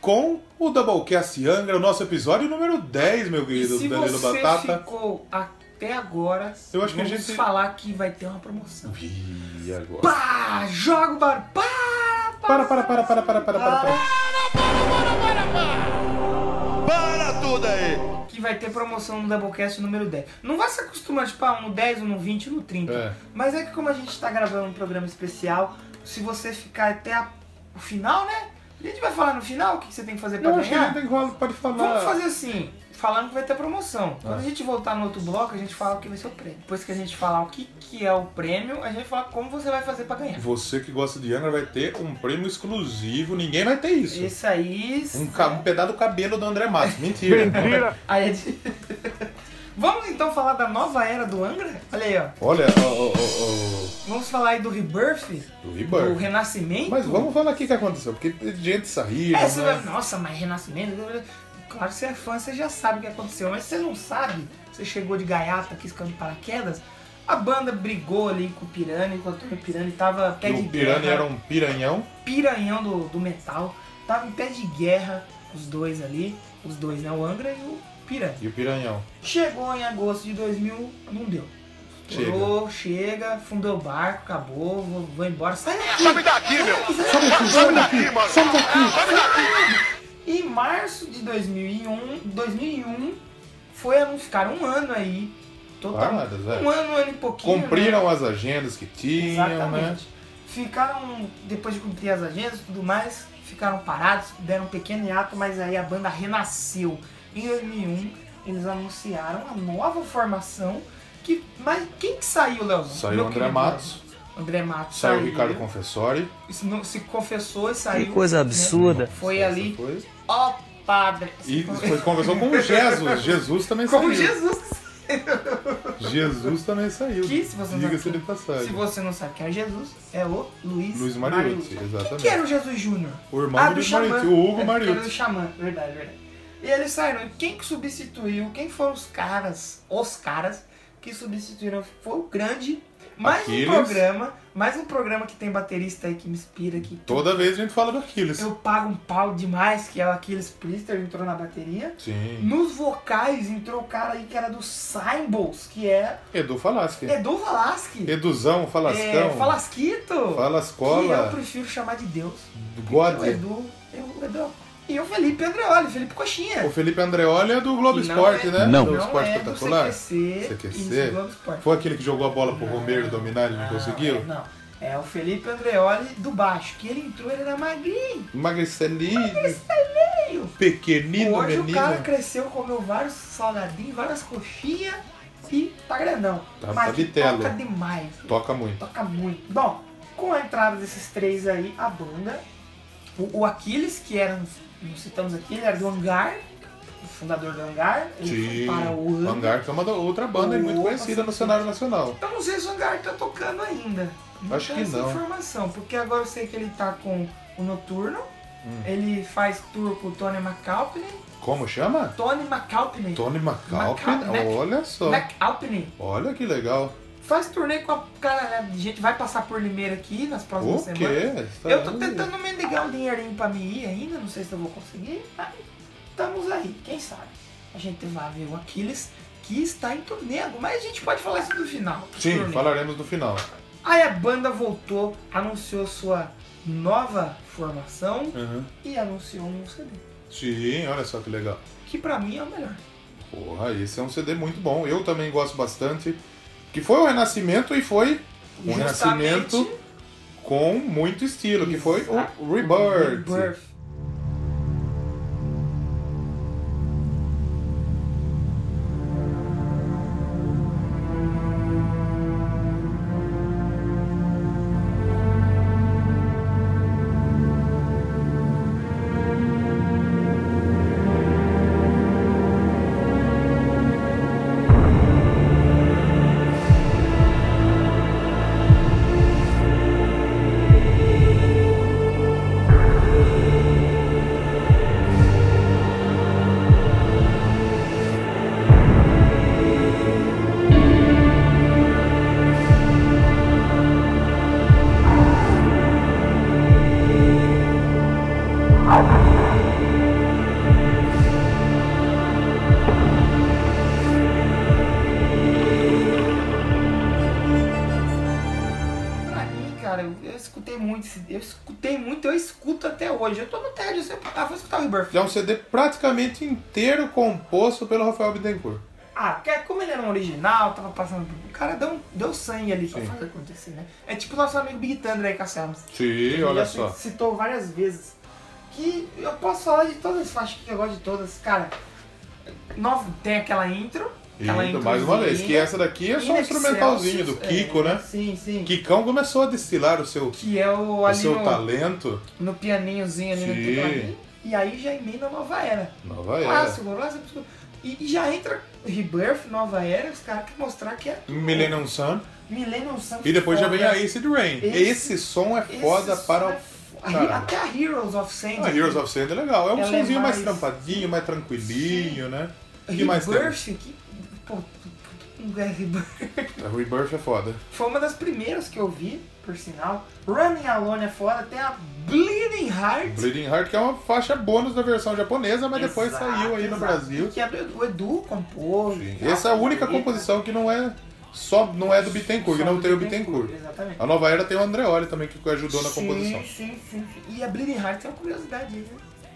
com o Doublecast Angra, o nosso episódio número 10, meu E querido se Danilo você Batata. ficou até agora, Eu acho que a vamos gente- falar que vai ter uma promoção. Ih, agora. Pá! Joga o bar! Pá! Para, para, para, para, para, para, para, para. Ah, Para tudo aí! Que vai ter promoção no Doublecast número 10. Não vai se acostumar, tipo, ah, no 10, ou no 20, ou no 30. É. Mas é que como a gente tá gravando um programa especial, se você ficar até a- o final, né? A gente vai falar no final o que que você tem que fazer pra Eu acho que a ganhar. gente enrola, pode falar. Vamos fazer Ah. assim, falando que vai ter promoção. Quando a gente voltar no outro bloco, a gente fala o que vai ser o prêmio. Depois que a gente falar o que, que é o prêmio, a gente fala como você vai fazer pra ganhar. Você que gosta de Angra vai ter um prêmio exclusivo, ninguém vai ter isso. Isso aí. Um, ca- um pedaço do cabelo do André Matos. Mentira. aí é de- Vamos então falar da nova era do Angra? Olha aí, ó. Olha, o, o, Vamos falar aí do Rebirth, o, o do Rebirth. Renascimento. Mas vamos falar aqui o que aconteceu, porque gente saiu. É, você né? vai, nossa, mas Renascimento. Claro que você é fã, você já sabe o que aconteceu, mas você não sabe. Você chegou de gaiata, quis cair de paraquedas. A banda brigou ali com o Pirani, enquanto o Pirani tava Que pé é de o Piranha guerra, era um piranhão. piranhão do, do metal. Tava em pé de guerra, os dois ali. Os dois, né? O Angra e o Pirani. E o piranhão. Chegou em agosto de 2000, não deu. Estourou, chega, fundou o barco, acabou, vou, vou embora. Sai daqui! Sobe daqui, meu! Sabe daqui, sabe daqui, mano. sabe daqui. Em março de 2001, 2001 foi anunciar cara, um ano aí. Total, Paradas, um velho. ano, um ano e pouquinho. Cumpriram as agendas que né? tinham, né? Exatamente. Ficaram, depois de cumprir as agendas e tudo mais, ficaram parados, deram um pequeno hiato, mas aí a banda renasceu. Em 2001, eles anunciaram a nova formação. Que, mas quem que saiu, Leozão? Saiu Meu o André querido Matos, Leozão. André Matos saiu o Ricardo Confessori. Se não- Se confessou e saiu. Que coisa né? absurda. Foi Essa ali, foi. ó padre. E depois conversou com o Jesus. Jesus também Como saiu. Jesus Jesus também saiu. Que, se você não Diga-se sabe de quem- passagem. Se você não sabe quem é Jesus, é o Luiz, tá Luiz Mariucci. Mariucci, exatamente. Quem que era o Jesus Júnior? O irmão do Luiz Mariucci, o Hugo É, Mariucci. Era do Xamã, verdade, verdade. E eles saíram. E Quem que substituiu? Quem foram os caras? Os caras que substituíram foi o grande. Mais Aquiles. um programa, mais um programa que tem baterista aí que me inspira, que Toda vez a gente fala do Aquiles. eu pago um pau demais, que é o Aquiles Priester, entrou na bateria. Sim. Nos vocais entrou o cara aí que era do Symbols, que é Edu Falasque. Edu Valasque. Eduzão, Falascão. É, Falasquito. Que eu Falascola. prefiro chamar de Deus. O God. Edu. Eu, o Edu. E o Felipe Andreoli, Felipe Coxinha. O Felipe Andreoli é do Globo Que não Esporte, é- né? Não. Do Não Esporte é do Espetacular. CQC. CQC. e do Globo Esporte. Foi aquele que jogou a bola pro Romero dominar e ele não é, conseguiu? não. É o Felipe Andreoli do baixo, que ele entrou, ele era magrinho. Magricelinho. Pequenino Hoje o menino. cara cresceu, comeu vários salgadinhos, várias coxinhas e tá grandão. Tá- Mas tá que vitelo. toca demais. Toca muito. toca muito. Bom, com a entrada desses três aí, a banda, o, o Aquiles, que era, um, não citamos aqui, ele era do Hangar, o fundador do Hangar, ele Sim. foi para o Hangar. Hangar, que é uma da- outra banda O- muito conhecida no cenário nacional. Eu não sei se o Hangar tá tocando ainda. Então, Acho tem que essa não. informação, porque agora eu sei que ele tá com o Noturno, Hum. ele faz tour com o Tony McAlpine, Como chama? Tony McAlpine, Tony Mac- né? McAlpin? Olha só. McAlpine, Olha que legal. faz turnê com a cara, né, a gente vai passar por Limeira aqui nas próximas O semanas. quê? Tá Eu tô aí. tentando me ligar um dinheirinho pra mim ir ainda, não sei se eu vou conseguir, mas estamos aí, quem sabe. A gente vai ver o Aquiles que está em turnê, mas a gente pode falar isso no final. Sim, Turnê. falaremos no final. Aí a banda voltou, anunciou sua nova formação É. e anunciou um CD, Sim, olha só que legal. que pra mim é o melhor. Porra, esse é um CD muito bom. Eu também gosto bastante. Que foi o Renascimento e foi um Justamente Renascimento com muito estilo, que foi Exato. o Rebirth. Rebirth. cara, eu, eu escutei muito, esse- eu escutei muito, eu escuto até hoje. Eu tô no tédio, se eu parar, eu vou escutar o Rebirth. É um CD praticamente inteiro composto pelo Rafael Bittencourt. Ah, porque como ele era um original, tava passando. O cara deu, um, deu sangue ali pra Sim. fazer acontecer, né? É tipo o nosso amigo Big Thunder aí, Cassiano. Sim, já olha se- só. citou várias vezes. Que eu posso falar de todas as faixas que eu gosto de todas, cara. Nove, tem aquela intro. Aquela Lindo, mais uma vez, que essa daqui é só um instrumentalzinho do Kiko, né? é, Sim, sim. Kikão começou a destilar o seu, Que é o o ali seu no- talento. no pianinhozinho ali Sim. É. no tecladinho. E aí já emenda a nova era. Nova era. Clássico, clássico. E, e já entra Rebirth, nova era, os caras querem mostrar que é Millennium Sun. Millennium Sun. E depois já vem foda. a Acid Rain. Esse- Esse, som é Esse foda som para. é o- fo- Caralho. Até a Heroes of Sand. Ah, Heroes of Sand é legal. É um Ela é somzinho mais... mais- trampadinho, mais tranquilinho, né? O que mais tem? Rebirth, que. Pô, que- que- que- é Rebirth. A Rebirth é foda. Foi uma das primeiras que eu vi, por sinal. Running Alone é foda, tem a Bleeding Heart. Bleeding Heart, que é uma faixa bônus da versão japonesa, mas depois Exato, saiu aí no exato. Brasil. Que é do Edu, o Edu compôs. Sim. Essa é a única composição que não é só não é do Bittencourt, que Só não do tem o Bittencourt. Exatamente. A nova era tem o Andreoli também que ajudou na composição. Sim, sim, sim. sim. E a Bleeding Heart tem uma curiosidade aí, né?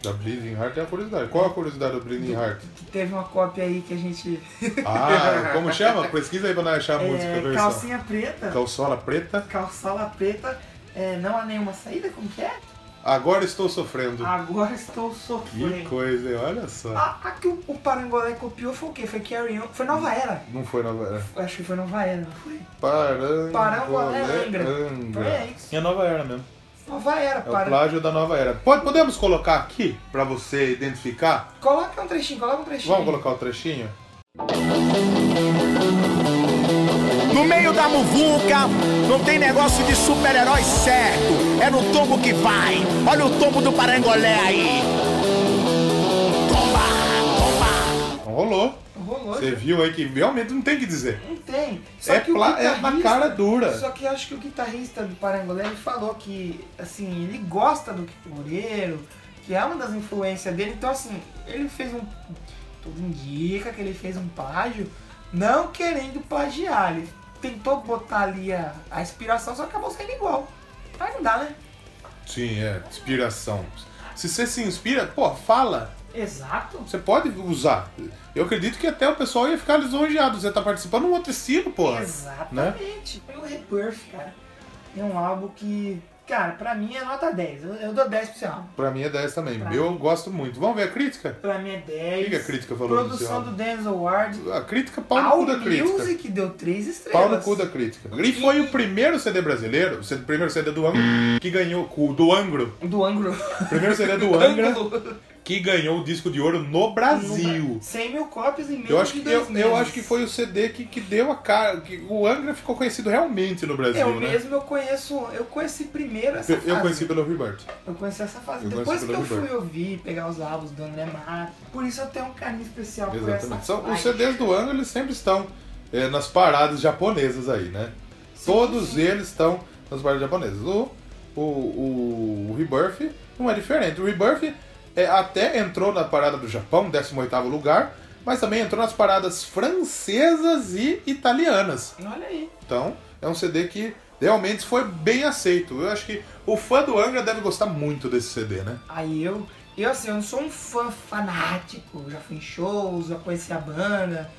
Da Bleeding Heart é a curiosidade. Qual a curiosidade da Bleeding Heart? Que teve uma cópia aí que a gente. Ah, como chama? Pesquisa aí pra nós achar a música, a é, versão. calcinha preta, Calçola preta. calçola preta, é, não há nenhuma saída, como que é? Agora estou sofrendo. Agora estou Que sofrendo. coisa, hein? olha só. A, a que o, o Parangolé copiou foi o quê? Foi Carry On. Foi Nova Era. Não foi nova era. Eu acho que foi Nova Era, não foi? Parangolé Parangolé Angra. Angra. É isso. É nova era mesmo. Nova Era, É o para. plágio da nova era. Pode, podemos colocar aqui pra você identificar? Coloca um trechinho, coloca um trechinho. Vamos colocar o trechinho? No meio da muvuca, não tem negócio de super-herói certo. É no tombo que vai. Olha o tombo do Parangolé aí. Tomba, tomba. Então rolou. Rolou. Você já. viu aí que realmente não tem o que dizer. Não tem. É pla- é na guitarrista- cara dura. Só que eu acho que o guitarrista do Parangolé ele falou que, assim, ele gosta do Kiko Loureiro, que é uma das influências dele. Então, assim, ele fez um. Tudo indica que ele fez um plágio, não querendo plagiar. Ele tentou botar ali a, a inspiração, só que acabou saindo igual. Mas não dá, né? Sim, é. Inspiração. Se você se inspira, pô, fala. Exato. Você pode usar. Eu acredito que até o pessoal ia ficar lisonjeado. Você tá participando de um outro estilo, pô. Exatamente. E o Rebirth, cara, é um álbum que, cara, pra mim é nota 10. Eu, eu dou 10 pra esse álbum. Pra mim é 10 também. Pra Eu gosto muito. Vamos ver a crítica? Pra mim é 10. O que que a crítica falou desse Produção álbum? do Denzel Ward. A crítica, pau no All cu da crítica. Music deu 3 estrelas. Pau no cu da crítica. E foi o primeiro CD brasileiro, o primeiro CD do Angro, que ganhou. Do Angro. Do Anglo. O primeiro CD do Angra que ganhou o disco de ouro no Brasil. 100 mil cópias em menos Eu acho, de que, dois eu, meses. eu acho que foi o CD que, que deu a cara. Que o Angra ficou conhecido realmente no Brasil, Eu né? É mesmo eu conheço, eu conheci primeiro essa Eu, fase. eu conheci pelo Rebirth. Eu conheci essa fase. Eu conheci Depois que pelo eu fui Rebirth. ouvir, pegar os álbuns do André Matos. Por isso eu tenho um carinho especial por essa Exatamente. São, os faixa. CDs do Angra eles sempre estão é, nas paradas japonesas aí, né? Todos eles estão nas paradas japonesas. O, o, o, o Rebirth não é diferente. O Rebirth é, até entrou na parada do Japão, 18º lugar, mas também entrou nas paradas francesas e italianas. Olha aí. Então, é um CD que realmente foi bem aceito. Eu acho que o fã do Angra deve gostar muito desse CD, né? Aí eu, eu assim, eu não sou um fã fanático, eu já fui em shows, já conheci a banda,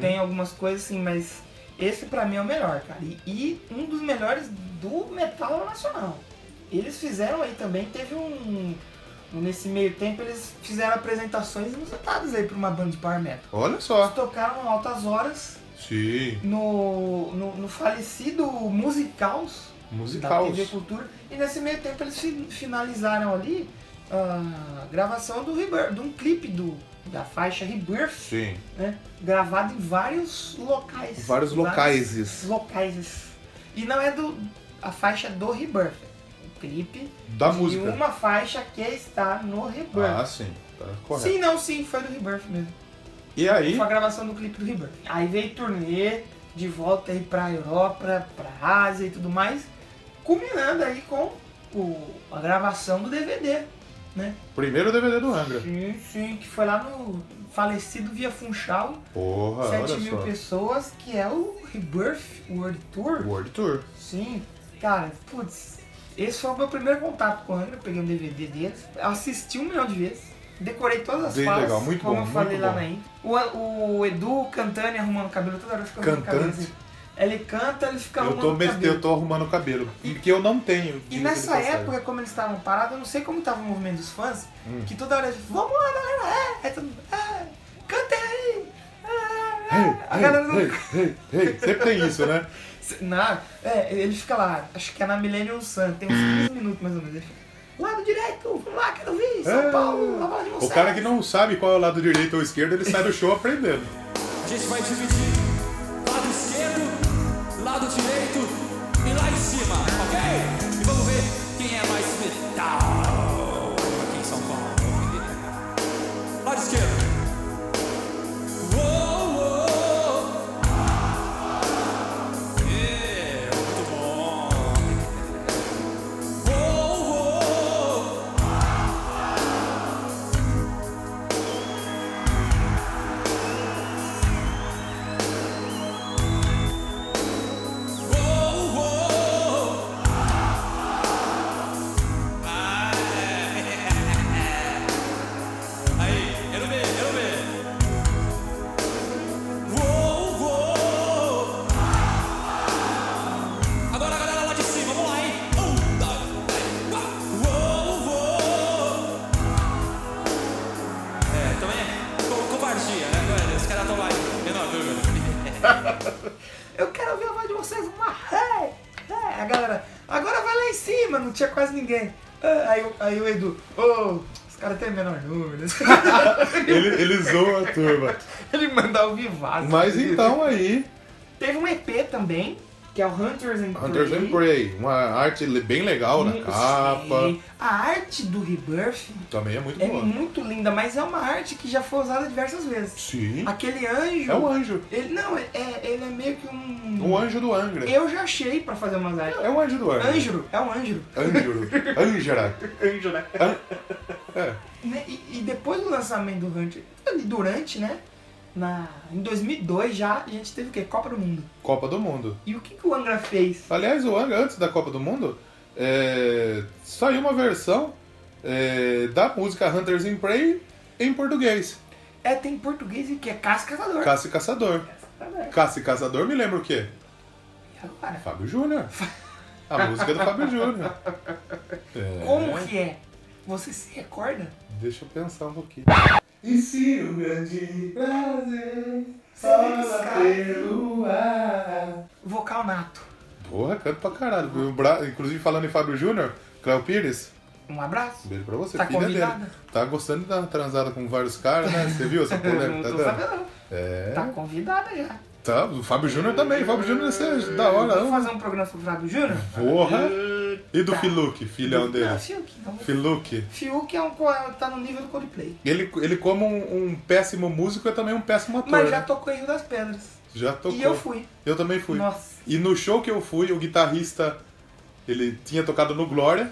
tem algumas coisas assim, mas esse pra mim é o melhor, cara. E, e um dos melhores do metal nacional. Eles fizeram aí também, teve um. Nesse meio tempo eles fizeram apresentações inusitadas aí pra uma banda de power metal. Olha Eles só. tocaram altas horas Sim, no, no, no falecido Musicals da musical. TV Cultura. E nesse meio tempo eles fi- finalizaram ali ah, a gravação do Rebirth, de um clipe do, da faixa Rebirth, Sim. né? Gravado em vários locais. Vários Vários locais locais. E não é do a faixa do Rebirth. é O clipe da de música. uma faixa que está no Rebirth. Ah, sim. Tá correto. sim, não, sim, foi do Rebirth mesmo. E aí, Foi a gravação do clipe do Rebirth. Aí veio turnê de volta aí pra Europa, pra, pra Ásia e tudo mais, culminando aí com o- a gravação do DVD, né? primeiro DVD do Angra. Sim, sim, que foi lá no falecido Via Funchal, Porra, 7 mil Ah, olha pessoas, que é o Rebirth World só. Tour. World Tour. Sim, Cara, putz, esse foi o meu primeiro contato com o Angra. Eu peguei um DVD deles, assisti um milhão de vezes, decorei todas as Bem falas, legal, muito como bom, eu muito falei lá bom. na intro. O, An- o Edu cantando e arrumando o cabelo, toda hora fica arrumando o cabelo. Cantante. assim. Ele canta, ele fica Eu Tá arrumando tô, o me- cabelo. eu tô arrumando o cabelo. E- Porque eu não tenho. E diga-se de nessa passagem. época, como eles estavam parados, eu não sei como tava o movimento dos fãs, Hum. que toda hora eles vamos lá, galera, é, é tudo, é, canta aí, é, Ei, é." a galera não... ei, ei, ei, ei, sempre tem isso, né? Na, é, ele fica lá, acho que é na Millennium Sun, tem uns 15 minutos mais ou menos, ele fica, lado direito, vamos lá, quero ver, São É. Paulo, a voz de O vocês." cara que não sabe qual é o lado direito ou esquerdo, ele sai do show aprendendo. A gente vai dividir lado esquerdo, lado direito e lá em cima, ok? E vamos ver quem é mais metal aqui em São Paulo. Lado esquerdo. Uou, uou. Yeah, muito bom. Uou, uou. Um, É, Covardia, né, velho? Os caras estão lá, menor dúvida. Eu quero ver a voz de vocês, uma é, é. A galera, agora vai lá em cima, não tinha quase ninguém. Ah, Aí, o- aí o Edu, ô, os caras têm menor número. Ele, ele zoa a turma. Ele mandar o vivaço. Mas então aí, Teve um EP também, que é o Hunters and Hunters Prey. and Prey, uma arte le- bem legal na Sim. capa. A arte do Rebirth Também é muito é boa. muito linda, mas é uma arte que já foi usada diversas vezes. Sim. Aquele anjo. É um anjo. Ele, não, é, é- ele é meio que um. O anjo do Angra. Eu já achei pra fazer umas artes. É o anjo do Angra. Anjo, é um anjo. Anjuro. Anjara. Anjo, né? É. Né, E, e depois do lançamento do Hunter, ali durante, né? Na, em 2002 já, a gente teve o quê? Copa do Mundo. Copa do Mundo. E o que, que o Angra fez? Aliás, o Angra, antes da Copa do Mundo, é, saiu uma versão é, da música Hunters in Prey em português. É, tem português e que é Casca Caçador. Caça e Caçador. Caça e Caçador me lembra o quê? E agora? Fábio Júnior. A música do Fábio Júnior. É, Como que é? Você se recorda? Deixa eu pensar um pouquinho. E se o grande prazer Esse fala cara- pelo ar? Vocal nato. Porra, canto pra caralho. O Bra- Inclusive, falando em Fábio Júnior, Cléo Pires, Um abraço. beijo pra você, Tá filha convidada? dele. Tá gostando de dar uma transada com vários caras, né? Você viu essa polêmica? não tá tô dando? sabendo. não. É. Tá convidada já. Tá, o Fábio Júnior também. O Fábio Júnior ia ser da hora, Vamos não? fazer um programa sobre o Fábio Júnior? Porra. E do Tá. Filuque, filhão Não, dele? Fiuk não. Filuque. Fiuk é um, co- tá no nível do Coldplay. Ele, ele como um, um péssimo músico, é também um péssimo ator. Mas já né? tocou em Rio das Pedras. Já tocou. E eu fui. Eu também fui. Nossa. E no show que eu fui, o guitarrista, ele tinha tocado no Glória.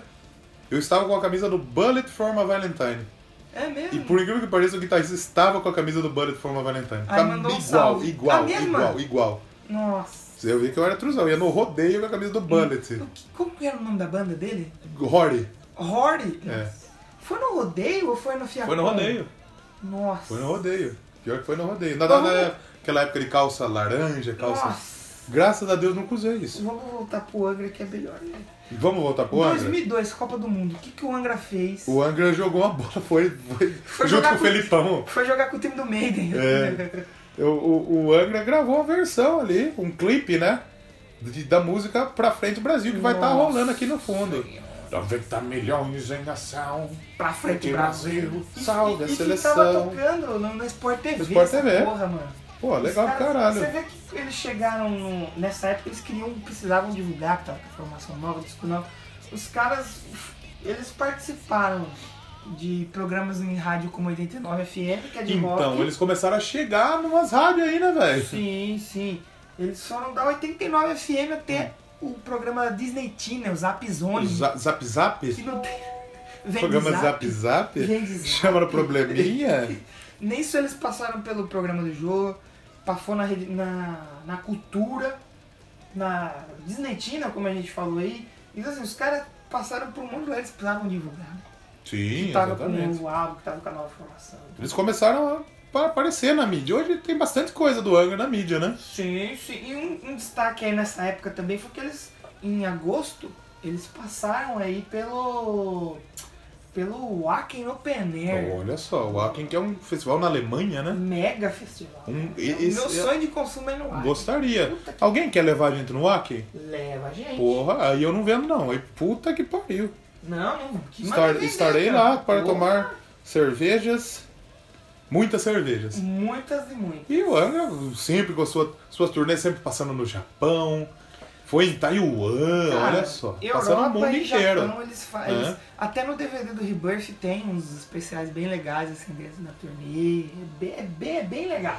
Eu estava com a camisa do Bullet for my Valentine. É E mesmo? por incrível que pareça, o guitarrista estava com a camisa do Bullet for my Valentine. Aí Cam- mandou um igual, salve. igual, A mesma? igual, igual. Nossa. Eu vi que eu era truzão. Ia no rodeio com a camisa do Bullet. O que- Como que era o nome da banda dele? Rory. Rory? É. Foi no rodeio ou foi no Fiacão? Foi no rodeio. Nossa. Foi no rodeio. Pior que foi no rodeio. Na, na, naquela época de calça laranja, calça. Uhum. Nossa. Graças a Deus nunca usei isso. Vamos voltar pro Angra que é melhor. né? E Vamos voltar pro Angra? 2002, Copa do Mundo. O que, que o Angra fez? O Angra jogou uma bola, foi, foi, junto jogar com o com- Felipão. Foi jogar com o time do Maiden. É. O, o, o Angra gravou uma versão ali, um clipe, né? de- da música Pra Frente Brasil, que vai estar Nossa rolando aqui no fundo. 90 milhões em ação. pra frente, Que Brasil. Brasil, E- salve e, a e seleção. tava tocando no, no Sport TV. No Sport essa TV. Porra, mano. Pô, legal Os pra caras- Você caralho. vê que eles chegaram no- nessa época, eles queriam, precisavam divulgar que tava com formação nova, disco novo. Os caras, eles participaram de programas em rádio como 89 FM, que é de rock. Então, eles começaram a chegar numas rádios aí, né, velho? Sim, sim. Eles foram da 89 FM até o programa Disney Channel, Zap Zone. Za- Zap Zap? Que não tem... Vem Programa de Zap Zap? Vem de Zap. Chama no probleminha? Nisso eles passaram pelo programa do jogo, passou na, rede- na, na cultura, na Disney China, como a gente falou aí. Então, assim, os caras passaram por um mundo, eles precisavam divulgar. né? Sim, Que tava com exatamente. o álbum, que tava com a nova formação. Eles começaram a pa- aparecer na mídia. Hoje tem bastante coisa do Angra na mídia, né? Sim, sim. E um, um destaque aí nessa época também foi que eles, em agosto, eles passaram aí pelo. pelo Wacken Open Air. Olha só, o Aken, que é um festival na Alemanha, né? Mega festival. Um- O esse- Meu sonho de consumo é no Wacken. Gostaria. Puta que- Alguém quer levar a gente no Aken? Leva a gente. Porra, aí eu não vendo não. Aí puta que pariu. Não, não. Que Estar- maravilha, estarei cara. lá para Porra. tomar cervejas. Muitas cervejas. Muitas e muitas. E o Angra sempre com a sua, suas turnês sempre passando no Japão. Foi em Taiwan, Cara, olha só. Passando Europa o mundo e inteiro. Japão, eles fa- Hã? eles- Até no DVD do Rebirth tem uns especiais bem legais, assim, dentro da turnê. É bem, é bem, é bem legal.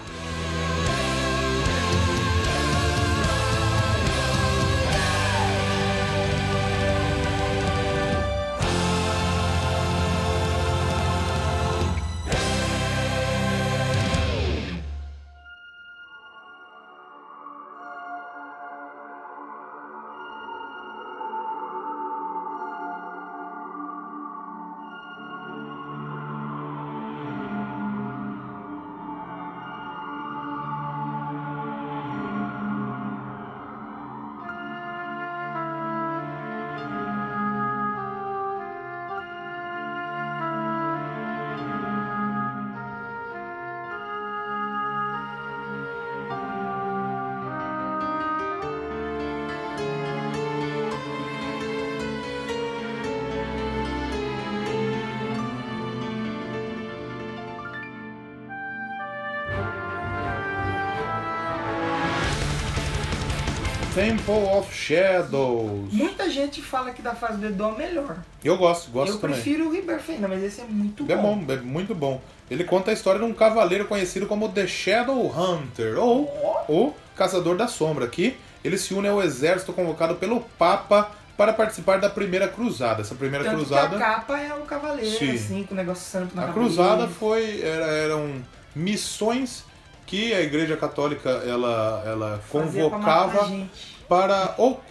Temple of Shadows. Muita gente fala que da fase do Edu é o melhor. Eu gosto, gosto Eu também. prefiro o Rebirth ainda, mas esse é muito É bom, é muito bom. Ele conta a história de um cavaleiro conhecido como The Shadow Hunter, ou o Caçador da Sombra, que ele se une ao exército convocado pelo Papa para participar da Primeira Cruzada. Essa Primeira Tanto que Cruzada... a capa é um cavaleiro, Sim. assim, com o negócio santo na A cabeça. cruzada foi era- eram missões que a Igreja Católica ela, ela Fazia pra matar convocava gente. para ou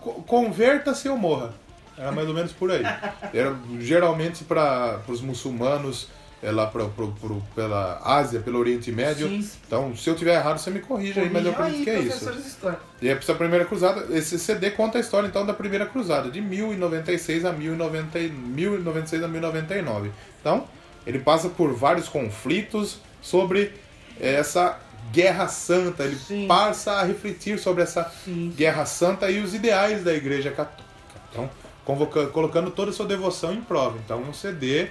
co- converta-se ou morra. Era mais ou menos por aí. Era geralmente para os muçulmanos, é lá pra, pro- pro- pela Ásia, pelo Oriente Médio. Sim, sim. Então, se eu tiver errado, você me corrija aí, mas eu Corrijam acredito aí, que é isso. professores de história. E é essa primeira cruzada, esse CD conta a história então da primeira cruzada, de 1096 a 1090, 1096 a 1099. Então, ele passa por vários conflitos sobre eh, essa guerra santa, ele Sim. passa a refletir sobre essa Sim. guerra santa e os ideais da igreja católica. Então, convoca- colocando toda a sua devoção em prova. Então, um CD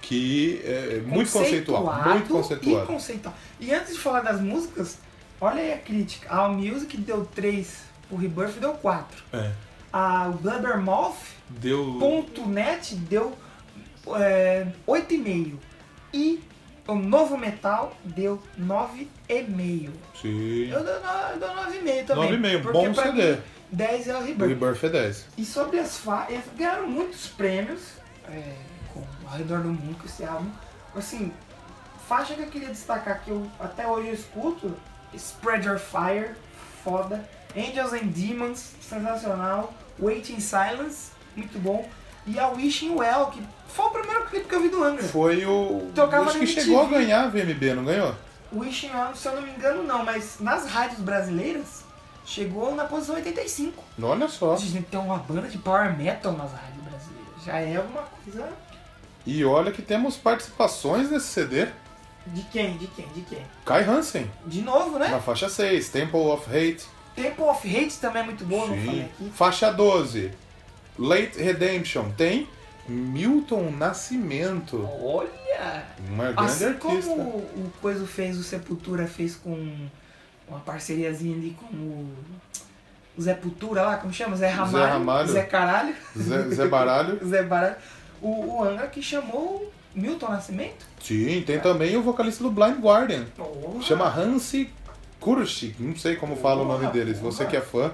que é muito conceitual, muito E conceituado. conceitual. E antes de falar das músicas, olha aí a crítica. A Music deu 3, o Rebirth deu 4. É, A Blabbermouth.net deu deu é, 8,5. E o Novo Metal deu 9,5. sim, Eu dou no- eu dou 9,5 também. 9,5, porque bom pra CD. Mim, 10 é o o Rebirth. Rebirth é 10. E sobre as fases, eles ganharam muitos prêmios é, com- ao redor do mundo com esse álbum. Assim, faixa que eu queria destacar que eu até hoje eu escuto, Spread Your Fire, foda. Angels and Demons, sensacional. Wait in Silence, muito bom. E a Wishing Well, que foi o primeiro clipe que eu vi do Angra. Foi o. Tocava acho na que MTV. chegou a ganhar a VMB, não ganhou? Wishing Well, se eu não me engano, não, mas nas rádios brasileiras chegou na posição 85. Olha só. A gente tem uma banda de power metal nas rádios brasileiras. Já é uma coisa E olha que temos participações nesse CD. De quem? De quem? De quem? Kai Hansen, De novo, né? na faixa 6, Temple of Hate. Temple of Hate também é muito boa, não falei Sim. aqui. Faixa 12, Late Redemption. Tem Milton Nascimento, Olha! uma grande Assim artista. como o o Coiso fez, o Sepultura fez com uma parceriazinha ali com o o Zé Putura lá, como chama? Zé Ramalho. Ramalho. Zé Caralho. Zé, Zé Baralho. Zé Baralho. O, o Angra que chamou o Milton Nascimento. Sim, tem também o vocalista do Blind Guardian. Porra. Chama Hansi Kurschik, não sei como fala o nome dele. Se você que é fã,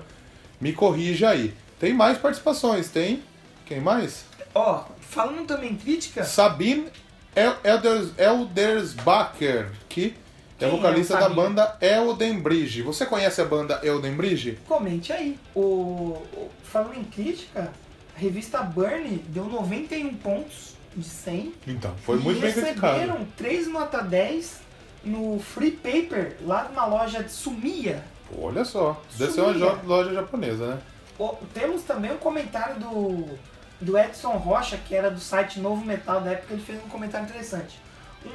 me corrija aí. Tem mais participações, tem. Quem mais? Ó, falando É. também em crítica, Sabine El Elders, Eldersbacher, que É Quem é vocalista o da Samir? banda Elden Bridge. Você conhece a banda Elden Bridge? Comente aí. O, o- falando em crítica, a revista Burn deu 91 pontos de 100. Então, foi e muito bem criticado. receberam 3 nota 10 no Free Paper, lá numa loja de Sumia. Olha só, deve ser uma Sumia. jo- loja japonesa, né? O- temos também um comentário do, do Edson Rocha, que era do site Novo Metal da época, ele fez um comentário interessante.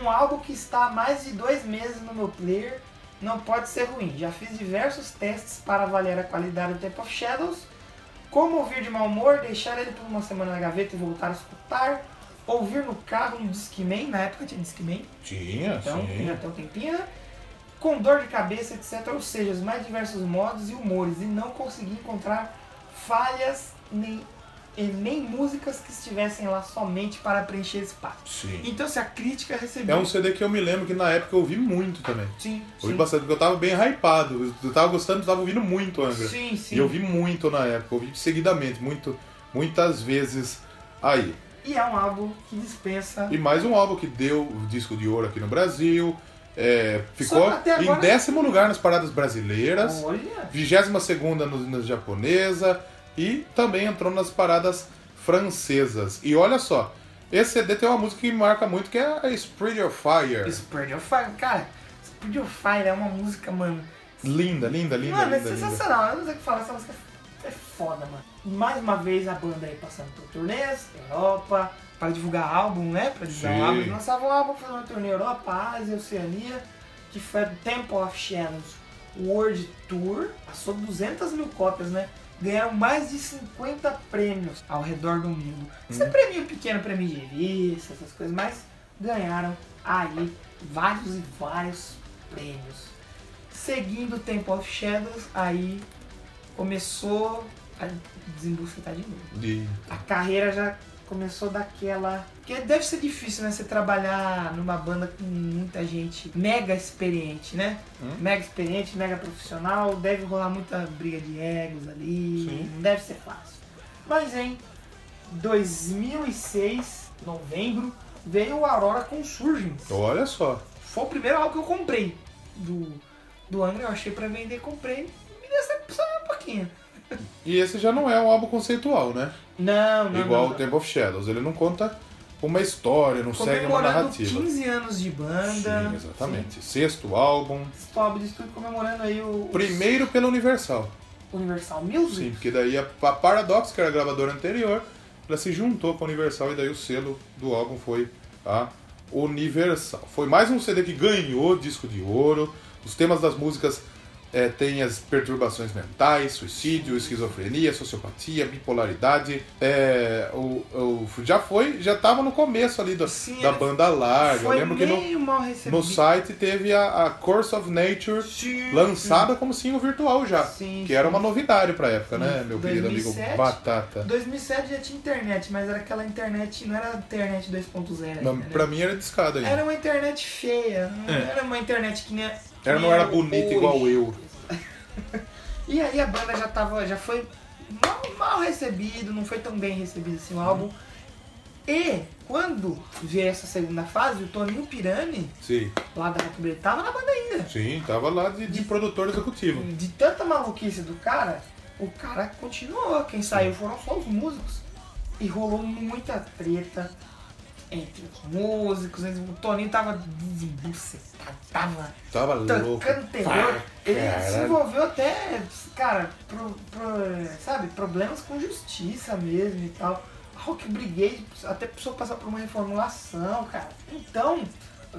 Um álbum que está há mais de dois meses no meu player não pode ser ruim. Já fiz diversos testes para avaliar a qualidade do Temple of Shadows, como ouvir de mau humor, deixar ele por uma semana na gaveta e voltar a escutar, ouvir no carro no Discman, na época tinha Discman, Tinha, então, já sim. tem um tempinho, né? Com dor de cabeça, etc. Ou seja, os mais diversos modos e humores. E não consegui encontrar falhas nem, e nem músicas que estivessem lá somente para preencher espaço. Sim. Então se a crítica É recebeu... um CD que eu me lembro que na época eu ouvi muito também. Sim, Ouvi sim. bastante, porque eu tava bem hypado. Eu tava gostando, eu tava ouvindo muito Angra. Sim, sim. E eu vi muito na época, eu vi seguidamente, muito, muitas vezes aí. E é um álbum que dispensa... E mais um álbum que deu o disco de ouro aqui no Brasil. é, ficou Só até agora- em décimo lugar nas paradas brasileiras, Olha! 22 segunda na japonesa e também entrou nas paradas francesas. E olha só, esse CD tem uma música que me marca muito, que é a Spread Your Fire. Spread Your Fire, cara. Spread Your Fire é uma música, mano... Linda, linda, linda, mano, é linda, linda. sensacional. Eu não sei o que falar, essa música é foda, mano. Mais uma vez a banda aí passando por turnês, Europa, para divulgar álbum, né? Pra divulgar Sim. álbum. Eles lançavam álbum, fazer uma turnê Europa, Ásia, Oceania, que foi a Temple of Shadows World Tour. Passou 200 mil cópias, né? Ganharam mais de 50 prêmios ao redor do mundo. Isso é prêmio pequeno, prêmio de revista, essas coisas, mas ganharam aí vários e vários prêmios. Seguindo o Temple of Shadows, aí começou a desembucetar de novo. E- A carreira já começou daquela. Porque deve ser difícil, né? Você trabalhar numa banda com muita gente mega experiente, né? Mega experiente, mega profissional. Deve rolar muita briga de egos ali. Sim. Não deve ser fácil. Mas em 2006, novembro, veio o Aurora Consurgence. Olha só. Foi o primeiro álbum que eu comprei do, do Angra. Eu achei pra vender, comprei. Me decepcionou um pouquinho. E esse já não é um álbum conceitual, né? Não, não. Igual não, o Temple of Shadows. Ele não conta uma história, não segue uma Comemorando narrativa. 15 anos de banda. Sim, exatamente. Sexto álbum. Stop de tudo comemorando aí o Primeiro pela Universal. Universal Music. Sim, porque daí a Pa- Paradox, que era a gravadora anterior, ela se juntou com a Universal e daí o selo do álbum foi a Universal. Foi mais um CD que ganhou disco de ouro. Os temas das músicas eh, têm as perturbações mentais, suicídio, esquizofrenia, sociopatia, bipolaridade. Eh, o, o- já foi, já estava no começo ali da, Sim, da ela banda larga. Ah, Eu Foi lembro que no, meio mal recebido. no site teve a, a Course of Nature Sim. lançada como single virtual já. Sim, que sim. era uma novidade pra época, né, meu querido 2007? amigo Batata? 2007 já tinha internet, mas era aquela internet, não era internet 2.0. Não, né? pra mim era discada ainda. Era um uma internet feia, não era uma internet que nem. Ela não que era nem bonita hoje. igual eu. E aí a banda já tava, já foi mal, mal recebido, não foi tão bem recebido assim o álbum. E quando veio essa segunda fase, o Toninho Pirani, Sim, lá da Rock Brigade, tava na banda ainda. sim, tava lá de, de produtor executivo. De tanta maluquice do cara, o cara continuou. Quem saiu foram só os músicos. E rolou muita treta entre os músicos. entre- O Toninho tava desembucetado, tava Tava louco. tocando terror. Tá Ele caralho. desenvolveu até, cara, pro- pro- sabe, problemas com justiça mesmo e tal. Ah, A Rock Brigade até precisou passar por uma reformulação, cara. Então, ah,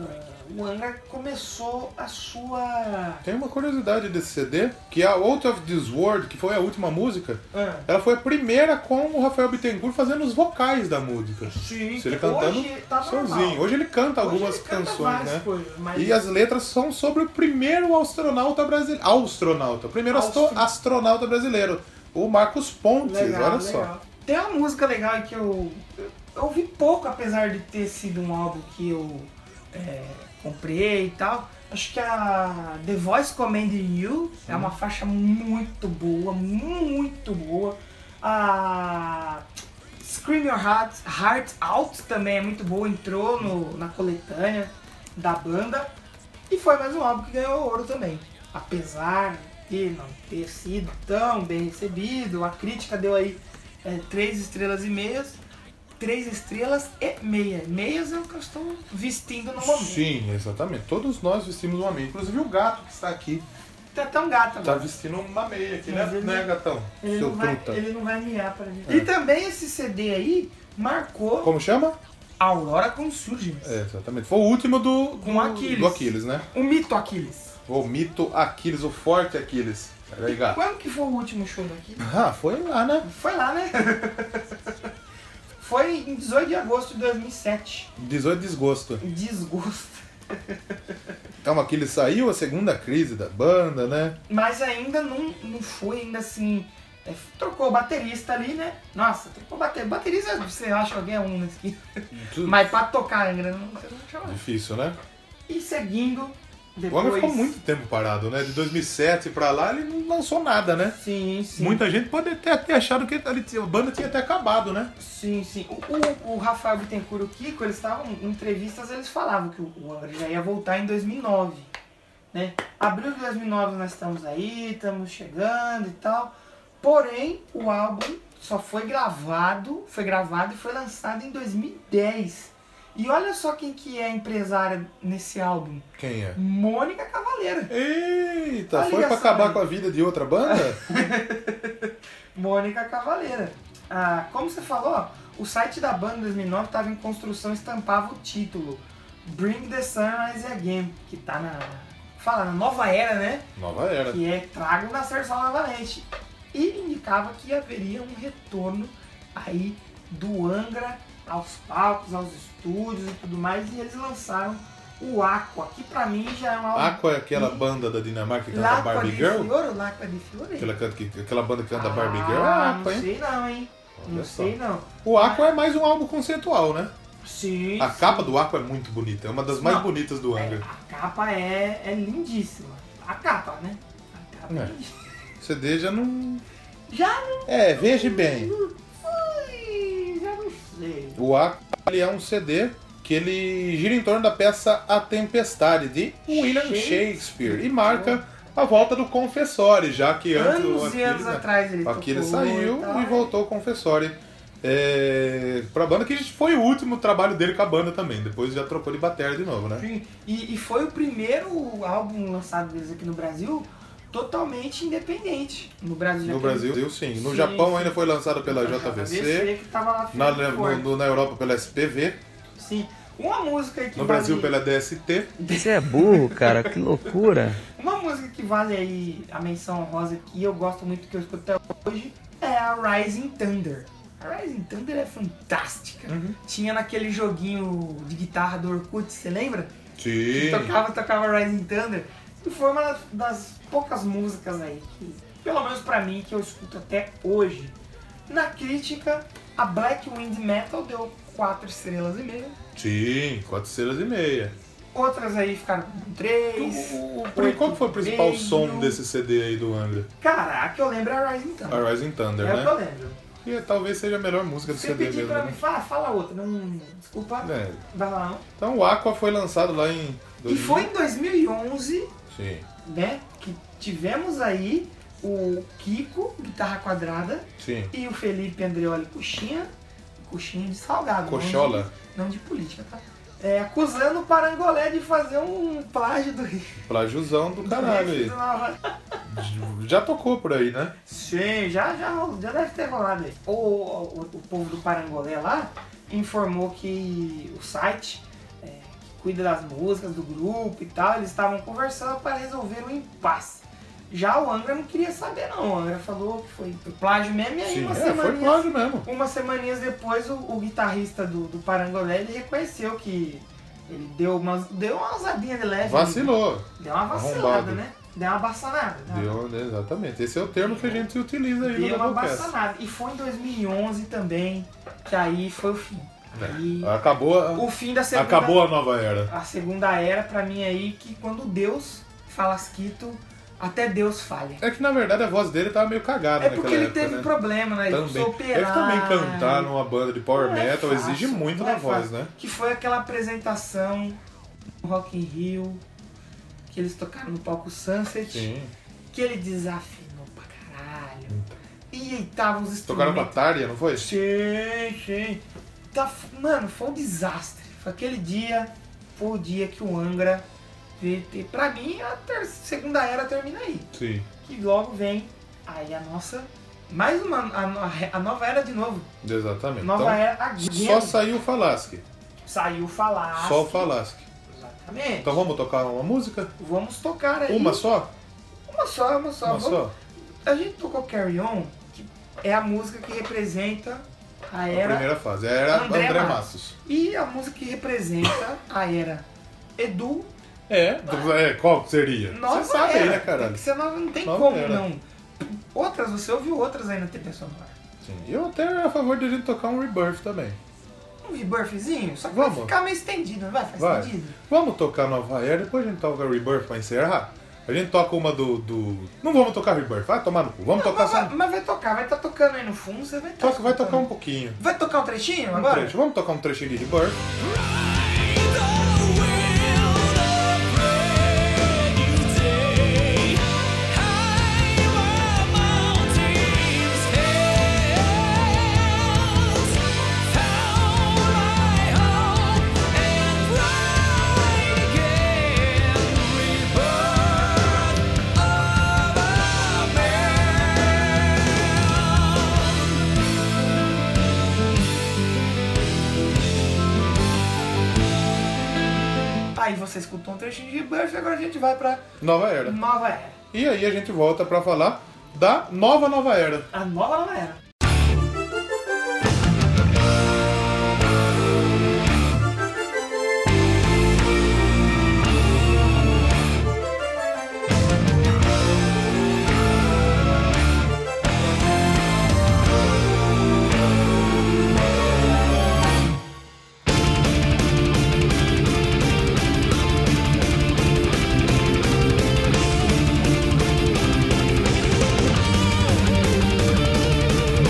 o Angra começou a sua. Tem uma curiosidade desse CD, que é a Out of This World, que foi a última música, Ah, ela foi a primeira com o Rafael Bittencourt fazendo os vocais da música. Sim, Se ele que cantando hoje tá normal. sozinho. Hoje ele canta Hoje algumas ele canta canções, várias né? coisas, mas- E as letras são sobre o primeiro astronauta brasileiro. Astronauta. O primeiro astro- Austro- astronauta brasileiro. O Marcos Pontes, olha só. legal. Tem uma música legal aí que eu, eu ouvi pouco, apesar de ter sido um álbum que eu é, comprei e tal. Acho que a The Voice Commanding You é uma faixa muito boa, muito boa. A Scream Your Heart, Heart Out também é muito boa, entrou no- na coletânea da banda. E foi mais um álbum que ganhou ouro também. Apesar de não ter sido tão bem recebido, a crítica deu aí é, três estrelas e meias. Três estrelas e meia. Meias é o que eu estou vestindo no momento. Sim, exatamente. Todos nós vestimos uma meia. Inclusive o gato que está aqui Tá tão gata, tá mano. vestindo uma meia aqui, né, Mas ele- né gatão? Ele Seu não, vai, truta. ele não vai miar pra É. mim. E também esse CD aí marcou Como chama? Aurora com Surgens. É, exatamente. Foi o último do, do, Com Aquiles. do Aquiles, né? O mito Aquiles. O mito Aquiles, o forte Aquiles. Peraí, gato. Quando que foi o último show do Aquiles? Ah, foi lá, né? Foi lá, né? Foi em 18 de agosto de 2007. 18 desgosto. Desgosto. Então, Aquiles saiu, a segunda crise da banda, né? Mas ainda não, não foi ainda assim. é, trocou o baterista ali, né? Nossa, trocou o baterista. Baterista, você acha que alguém é um nesse aqui. Tudo Mas pra tocar ainda, não, você não chama. Difícil, né? E seguindo, O homem depois... ficou muito tempo parado, né? De 2007 pra lá, ele não lançou nada, né? Sim, sim. Muita gente pode até ter achado que ele tinha- a banda tinha até acabado, né? Sim, sim. O, o, o Rafael Bittencourt e o Kiko, eles estavam em entrevistas, eles falavam que o, o Angra já ia voltar em 2009. Né? Abril de 2009 nós estamos aí, estamos chegando e tal. Porém, o álbum só foi gravado, foi gravado e foi lançado em 2010. E olha só quem que é a empresária nesse álbum. Quem é? Mônica Cavaleira. Eita, Olha foi pra só. acabar com a vida de outra banda? É. Mônica Cavaleira. Ah, como você falou, ó, o site da banda em 2009 estava em construção e estampava o título Bring the Sunrise Again, que tá na. Fala, na nova era, né? Nova era. Que é Trago Nascer Sol novamente. E indicava que haveria um retorno aí do Angra aos palcos, aos estúdios e tudo mais. E eles lançaram o Aqua, que pra mim já é uma. Aqua é aquela banda da Dinamarca que canta L'Aqua Barbie di Girl? Fiore, L'Aqua di Fiore? Aquela, canta que- aquela banda que canta Barbie ah, Girl é a Aqua, Não hein? sei não, hein? Olha não só. sei não. O Aqua é mais um álbum conceitual, né? Sim. A capa do Aqua é muito bonita, é uma das mais Não. bonitas do Angra. A capa é, é lindíssima. A capa, né? A capa é, É. lindíssima. O CD já não. Já não É, veja bem. fui, já não sei. O Aqua ele é um CD que ele gira em torno da peça A Tempestade de William Shakespeare. Shakespeare e marca a volta do Confessore, já que antes o Anos e anos Aquiles, né, atrás então, tá. ele o Aquiles tocou saiu tal. e voltou o Confessore é, pra banda que foi o último trabalho dele com a banda também. Depois já trocou de bateria de novo, né? Sim. E, e foi o primeiro álbum lançado deles aqui no Brasil totalmente independente. No Brasil já No tem- Brasil, sim. No Sim, Japão sim. Então, ainda foi lançado pela tem JVC. que tava lá Na, firme e no- forte. no- na Europa pela SPV, Sim. Uma música aí que no vale- Brasil pela DST. Você é burro, cara, que loucura. Uma música que vale aí a menção rosa que eu gosto muito, que eu escuto até hoje, é a Rising Thunder. A Rising Thunder é fantástica. Uhum. Tinha naquele joguinho de guitarra do Orkut, você lembra? Que Sim. tocava, tocava Rising Thunder. E foi uma das poucas músicas aí que, pelo menos pra mim, que eu escuto até hoje. Na crítica, a Black Wind Metal deu 4 estrelas e meia. Sim, quatro estrelas e meia. Outras aí ficaram com 3. O- o- o- qual que foi o principal som desse CD aí do Angra? Caraca, eu lembro a Rising Thunder. A Rising Thunder, É o que eu né? lembro. E talvez seja a melhor música do Você CD pedir mesmo. pra mim, Né? fala, fala outra. Não, desculpa. É. Vai lá, não. Então o Aqua foi lançado lá em. E 2000. foi em 2011, Sim, né, que tivemos aí o Kiko, guitarra quadrada, sim. e o Felipe Andreoli Coxinha, Coxinha de salgado. não de- Cochola, Não de, política, tá? É, acusando o Parangolé de fazer um plágio do riff plágiozão do do caralho aí. riff do Nova- Já tocou por aí, né? Sim, já, já, rolou, já deve ter rolado aí. O, o, o povo do Parangolé lá informou que o site é, que cuida das músicas do grupo e tal, eles estavam conversando para resolver um impasse. Já o Angra não queria saber não, o Angra falou que foi plágio mesmo e aí Sim, uma é, foi semaninha plágio mesmo. Umas semaninhas depois, o, o guitarrista do, do Parangolé, ele reconheceu que ele deu uma, deu uma ousadinha de leve. Vacilou. Deu uma vacilada, Arrombado. né? Deu uma baçanada. né? Deu, né? Exatamente. Esse é o termo que a gente utiliza aí Deu no uma Doublecast. baçanada. E foi em 2011 também, que aí foi o fim. Aí, Acabou a, o fim da segunda... É. acabou a nova era. A segunda era, pra mim, aí, que quando Deus falasquito, até Deus falha. É que na verdade a voz dele tava meio cagada É naquela porque ele época, teve né? problema, né? Ele Também. precisou É operar. que também cantar numa banda de power Não é metal fácil, exige muito não da é voz, fácil. né? Que foi aquela apresentação no Rock in Rio que eles tocaram no palco Sunset, Sim. que ele desafinou pra caralho. E aí tava os Tocaram pra instrumentos. Tarja, não foi? Sim, sim. Tá, f- mano, foi um desastre. Foi aquele dia, foi o dia que o Angra veio ter. Pra mim, a ter- segunda era termina aí. Sim. Que logo vem aí a nossa. Mais uma. A, no- a nova era de novo. Exatamente. Nova então, era a só saiu o Falasque. Saiu falar. Só o Falasque. Exatamente. Então vamos tocar uma música? Vamos tocar aí. Uma só? Uma só, uma só. Uma Vamos- só? A gente tocou Carry On, que é a música que representa a A era. primeira fase. É, Era André André, Matos. Matos. E a música que representa a era Edu, É. é. Qual que seria? nova Você sabe era. aí, né, Tem caralho? que ser nova, não tem Nova como era. não. Outras, você ouviu outras aí na trilha sonora. Sim. Eu até era a favor de a gente tocar um Rebirth também. Um rebirthzinho, só que vai Vamos. ficar meio estendido, não vai ficar Vai. estendido. Vamos tocar Nova Era, depois a gente toca Rebirth pra encerrar. A gente toca uma do. do... Não vamos tocar Rebirth, vai tomar no cu. Vamos tocar Mas, só. vai- mas vai tocar, vai estar tocando aí no fundo, você vai estar. Toca, vai tocar um pouquinho. Vai tocar um trechinho Um agora? trecho. Vamos tocar um trechinho de Rebirth. Aí você escutou um trechinho de rebirth, agora a gente vai pra Nova Era. nova era. E aí a gente volta pra falar da nova nova era. A nova nova era. Nova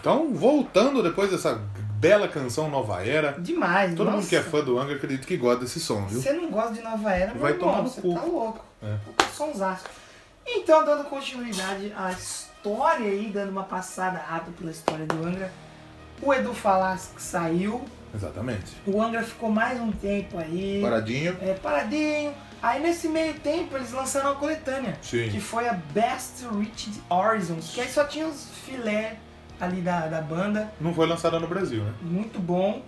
Então, voltando depois dessa bela canção Nova Era. Demais, Todo nossa. mundo que é fã do Angra acredito que gosta desse som, viu? Você não gosta de Nova Era, meu Vai irmão, tomar no você cu. tá louco. É. Sonsaço. Então, dando continuidade à história aí, dando uma passada rápida pela história do Angra, o Edu Falasque saiu, Exatamente. o Angra ficou mais um tempo aí, Paradinho. é, paradinho. Aí nesse meio tempo eles lançaram a coletânea, Sim. que foi a Best Rich Horizons, que aí só tinha os filé ali da, da banda, Não foi lançada no Brasil, né? muito bom.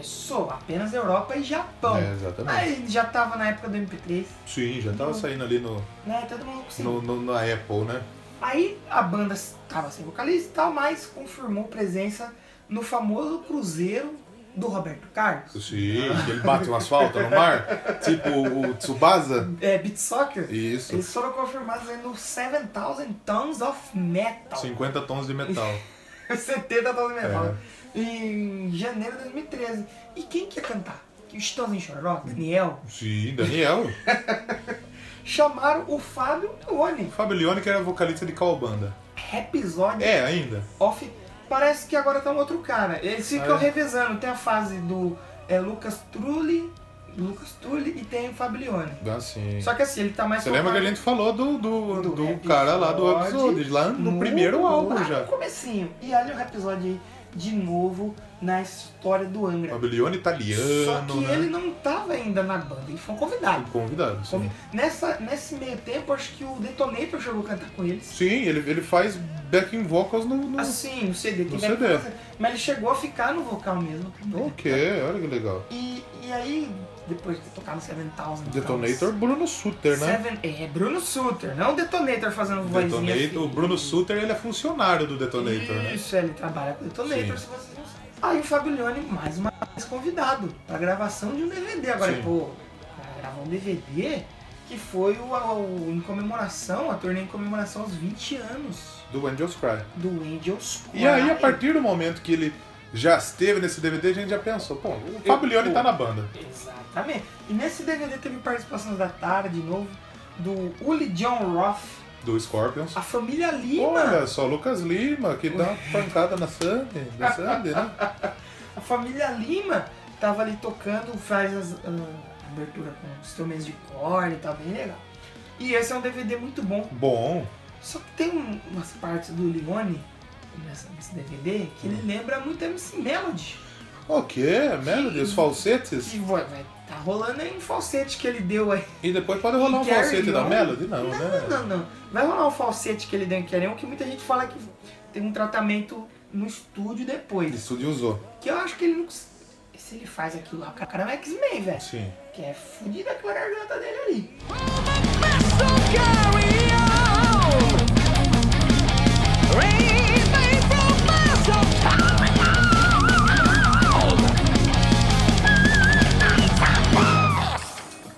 Isso, apenas Europa e Japão. É, exatamente. Aí já tava na época do MP3, Sim, já tava saindo ali no, né? Todo mundo conseguiu. no, no- na Apple, né? Aí a banda estava sem vocalista e tal, mas confirmou presença no famoso cruzeiro do Roberto Carlos. Sim, que ele bate um asfalto no mar, tipo o Tsubasa. É, Beat Soccer. Isso, Eles foram confirmados aí no 7000 Tons of Metal. 50 tons de metal. 70 Tons de Metal. É. Em janeiro de 2013. E quem que ia cantar? O Chitãozinho Choró, Daniel. Sim, Daniel. Chamaram o Fábio Leone. Fábio Leone que era vocalista de Calbanda. Episódio É, ainda. off. Parece que agora tá um outro cara. Eles ficam Ah, é? revezando. Tem a fase do é, Lucas Trulli, Lucas Trulli e tem o Fablione. Ah, sim. Só que assim, ele tá mais Você lembra que a focado gente falou do, do, Do do, cara lá do episódio, episódio, lá no, primeiro álbum lá já. No comecinho. E olha o episódio aí de novo na história do Angra. Fábio Leone italiano, Só que né? ele não tava ainda na banda, ele foi um convidado. Convidado, sim. Convi- Nessa, nesse meio tempo, acho que o Detonator chegou a cantar com eles. Sim, ele, ele faz backing vocals no. no... Assim, o CD que No deve CD. fazer. Mas ele chegou a ficar no vocal mesmo. Ok, olha que legal. E, e aí, depois de tocar no Seven Thousand. Detonator Bruno Suter, né? Seven, é Bruno Suter, não o Detonator fazendo é vozinha. Detonator, o Bruno Suter ele é funcionário do Detonator, né? Isso, ele trabalha com Detonator, Sim. se vocês não sabem. Aí o Fábio Leone, mais uma vez, convidado pra gravação de um DVD. Agora, Sim. pô, pra gravar um DVD que foi o, o- em comemoração, a turnê em comemoração aos 20 anos Do Angels Cry. do Angels E aí, a Cry. partir do momento que ele já esteve nesse DVD, a gente já pensou, pô, o Fábio Leone tá na banda. Exatamente. E nesse DVD teve participações da Tara, de novo, do Uli John Roth, Do Scorpions. a família Lima. Olha só, Lucas Lima, que dá uma pancada na Sandy, na Sandy, né? A família Lima tava ali tocando, faz as ah, abertura com instrumentos de corda e tal, bem legal. E esse é um DVD muito bom. Bom, Só que tem um- umas partes do Leone nessa- nesse DVD que ele lembra muito MC Melody. ok, Melody, os falsetes. Que vai, vai- tá rolando aí um falsete que ele deu aí. E depois pode rolar um Carry falsete da On? Melody? Não, Não, né? não, não. Vai rolar um falsete que ele deu em Querem, Um, que muita gente fala que tem um tratamento no estúdio Ele depois. estúdio usou. Que eu acho que ele não. cons- Se ele faz aquilo lá, o cara é um X-Men, velho. Sim. Que é fudida aquela garganta dele ali.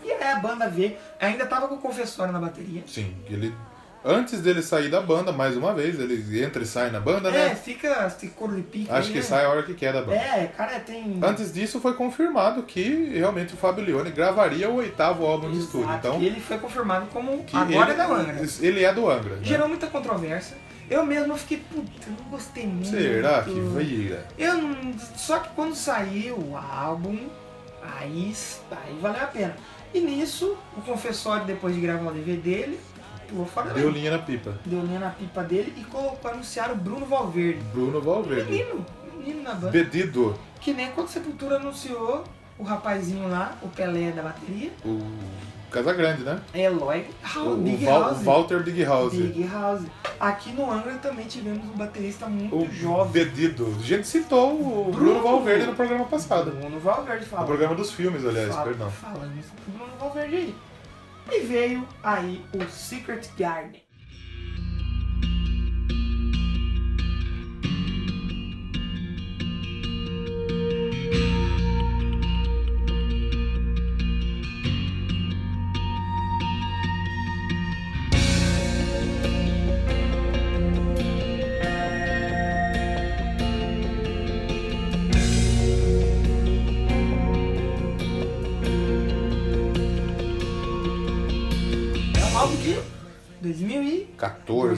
E aí a banda vê, ainda tava com o confessório na bateria. Sim, ele. Antes dele sair da banda, mais uma vez, ele entra e sai na banda, É, né? fica se couro de pique. Acho aí, que né? sai a hora que quer da banda. É, cara, tem. Antes disso, foi confirmado que realmente o Fábio Leone gravaria o oitavo álbum de Exato, estúdio. Então, que ele foi confirmado como que agora ele, é da Angra. Ele é do Angra. né? Gerou muita controvérsia. Eu mesmo fiquei, puta, eu não gostei muito. Será que vira? Eu não- Só que quando saiu o álbum, aí, aí valeu a pena. E nisso, o confessório, depois de gravar o DVD, ele pulou fora da Deu linha. linha na pipa. Deu linha na pipa dele e colocou, anunciaram o Bruno Valverde. Bruno Valverde. Menino, menino na banda. Pedido. Que nem quando Sepultura anunciou o rapazinho lá, o Pelé da bateria, O Casagrande, né? Eloy, O, Raul, o Ah, Big Val- House. o Walter Big House. Big House. Aqui no Angra também tivemos um baterista muito O jovem. Pedido. A gente citou o Bruno Bruno. Valverde no programa passado. Bruno Valverde No falando. programa dos filmes, aliás, fala- perdão. Falando isso pro Bruno Valverde aí. E veio aí o Secret Garden. É um álbum de 2000 e 2014. 14.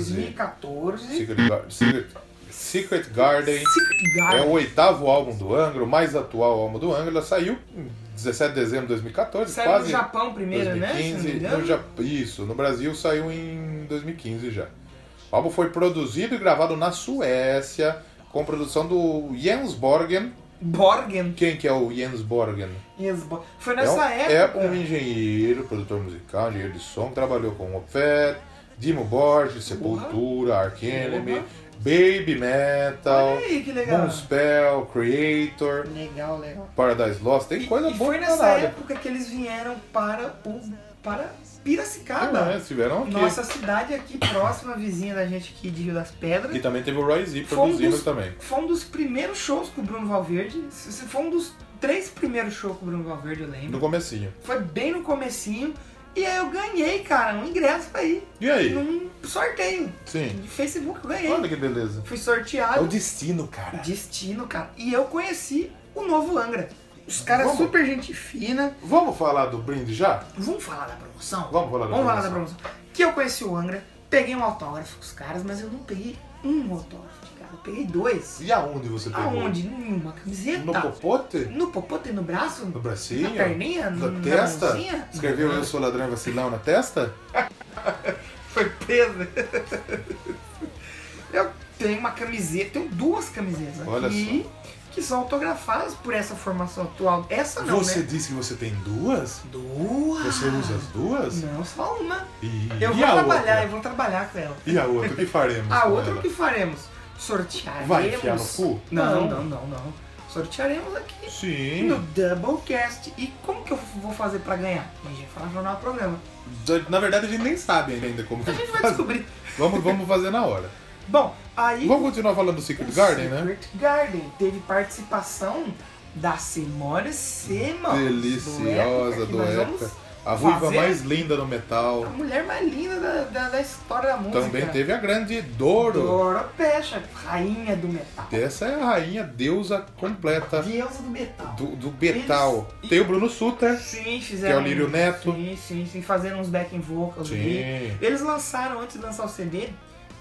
É um Secret Gar- Secret Secret Garden. Secret É Garden. o oitavo álbum do Angra, o mais atual álbum do Angra. Ela saiu em 17 de dezembro de 2014, Saiu quase no Japão primeiro, né? Se não me 2015. engano. no Jap- Isso, no Brasil saiu em 2015 já. O álbum foi produzido e gravado na Suécia, com produção do Jens Borgen. Borgen. Quem que é o Jens Borgen? Yes, Bo- Foi É um, nessa é época. um engenheiro, produtor musical, engenheiro de som, que trabalhou com Opeth, Dimo Borgir, Sepultura, Ark Enemy, Porra. Baby Metal, Olha aí, que legal. Moonspell, Creator, Legal, legal. Paradise Lost, tem coisa e boa foi pra nessa caralho. época que eles vieram para o para É, Piracicaba. eles tiveram aqui. ah, Nossa cidade aqui próxima, vizinha da gente aqui de Rio das Pedras. E também teve o Roy Z Foi um produzindo dos- também. Foi um dos primeiros shows com o Bruno Valverde. Se- se- Foi um dos três primeiros shows com o Bruno Valverde, eu lembro. No comecinho. Foi bem no comecinho. E aí eu ganhei, cara, um ingresso pra ir. E aí? Num sorteio. Sim. De Facebook eu ganhei. Olha que beleza. Fui É sorteado. o destino, cara. É Destino, cara. E eu conheci o novo Angra. Os caras Vamos. super gente fina. Vamos falar do brinde já? Vamos falar da promoção? Vamos falar da Vamos falar da promoção. promoção. Que eu conheci o Angra, peguei um autógrafo com os caras, mas eu não peguei um autógrafo de cara. Eu peguei dois. E aonde você pegou? Aonde? Numa camiseta. No popote? No popote, no braço? No bracinho? Na perninha? Na Na testa? mãozinha? Escreveu Eu Sou Ladrão e Vacilão na testa? Foi presa. eu tenho uma camiseta, tenho duas camisetas Olha aqui. Que são autografadas por essa formação atual. Essa não, você né? disse que você tem duas? Duas. Você usa as duas? Não, só uma. E, Eu e vou a trabalhar, outra? eu vou trabalhar com ela. E a outra? O que faremos? A com outra ela? o que faremos? Sortearemos. Vai enfiar no cu? Não, Não. não, não, não. Sortearemos aqui Sim. no Doublecast. E como que eu vou fazer pra ganhar? A gente vai falar no jornal do programa. Então, Na verdade, a gente nem sabe ainda como A gente vai fazer. descobrir. Vamos, vamos fazer na hora. Bom, aí. Vamos continuar falando do o Secret Garden, né? Secret Garden teve participação da Simone Simons. do Deliciosa Época, que do é nós vamos- época. A ruiva fazer. mais linda no A metal. mulher mais linda da, da- da história da música. Também teve a grande Doro. Dora Pecha, rainha do metal. Essa é a rainha deusa completa Deusa do metal. do, do metal. Tem o Bruno Suter. Sim, fizeram. Que é o Lírio um- Neto. Sim, sim, sim. Fazendo uns backing vocals Sim. ali. Eles lançaram, antes de lançar o CD,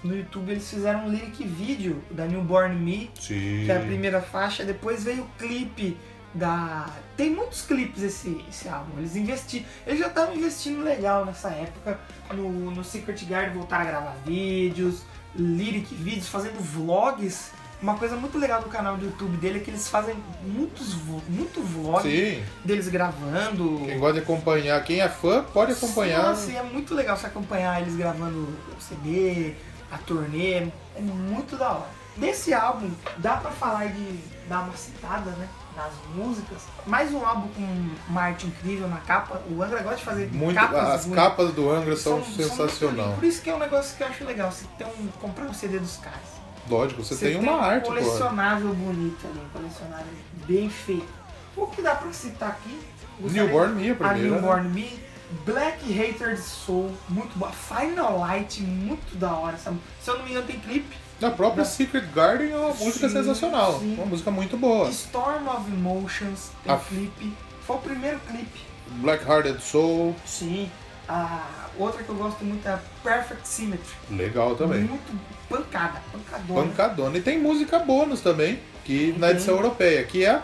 no YouTube eles fizeram um lyric video da Newborn Me, Sim. que é a primeira faixa. Depois veio o clipe da. Tem muitos clipes esse, esse álbum. Eles investiram. Eles já estavam investindo legal nessa época. No, no Secret Garden voltaram a gravar vídeos, lyric vídeos, fazendo vlogs. Uma coisa muito legal do canal do YouTube dele é que eles fazem muitos, vo- muito vlog Sim. deles gravando. Quem gosta de acompanhar, quem é fã, pode acompanhar. Nossa, e é muito legal você acompanhar eles gravando o CD, a turnê, é muito da hora. Nesse álbum, dá pra falar de dar uma citada, né? Nas músicas. Mais um álbum com uma arte incrível na capa. O Angra gosta de fazer Muito, capas as bonitas. capas do Angra são, muito sensacional. lindas. Por isso que é um negócio que eu acho legal, você ter um, comprar um CD dos caras. Lógico, você, tem, uma arte, um pô. colecionável bonito ali, um colecionável bem feito. O que dá pra citar aqui? Gostaria- Newborn Me, a a primeira. né? Newborn Me, Black Haters Soul, muito boa. Final Light, muito da hora. Essa... Se eu não me engano, tem clipe. Da própria Secret Garden é uma música Sim, sensacional. sim. Uma música muito boa. Storm of Emotions, tem A- clipe. Foi o primeiro clipe. Black Hearted Soul, Sim. A outra que eu gosto muito é a Perfect Symmetry. legal também. Muito pancada, pancadona. Pancadona. E tem música bônus também, que na Tem. edição europeia, que é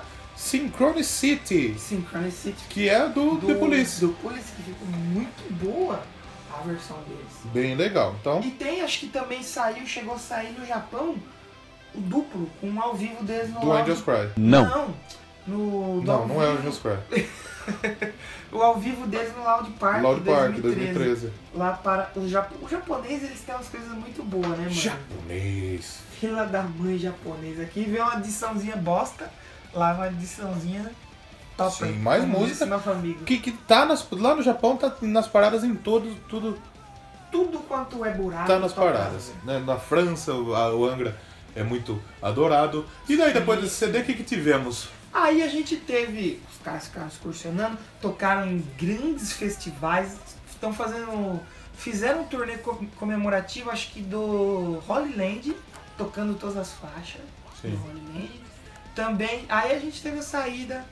Synchronicity, Synchronicity. que é do, do The Police. Do Police, que ficou muito boa a versão deles. Bem legal. Então, E tem, acho que também saiu, chegou a sair no Japão, o duplo, com um ao vivo deles no do álbum. Angels Cry. Não. No, do Não, ao não é vivo- Angels Cry. O ao vivo deles no Loud Park. Loud Park, 2013. 2013. Lá para. O, Japo... o japonês, eles têm umas coisas muito boas, né, mano? Japonês. Fila da mãe japonês aqui. Vem uma adiçãozinha bosta. Lá uma adiçãozinha top. Sim, mais Como música. disse Nosso amigo. Que, que tá nas, lá no Japão, tá nas paradas em todo, tudo Tudo quanto é buraco. tá nas toca. paradas. né? Na França, o a- o Angra é muito adorado. E daí, depois desse CD, o que, que tivemos? Aí a gente teve. Os caras ficaram excursionando, tocaram em grandes festivais, estão fazendo. Fizeram um turnê co- comemorativo, acho que do Holy Land, tocando todas as faixas Sim. do Holy Land. Também. Aí a gente teve a saída,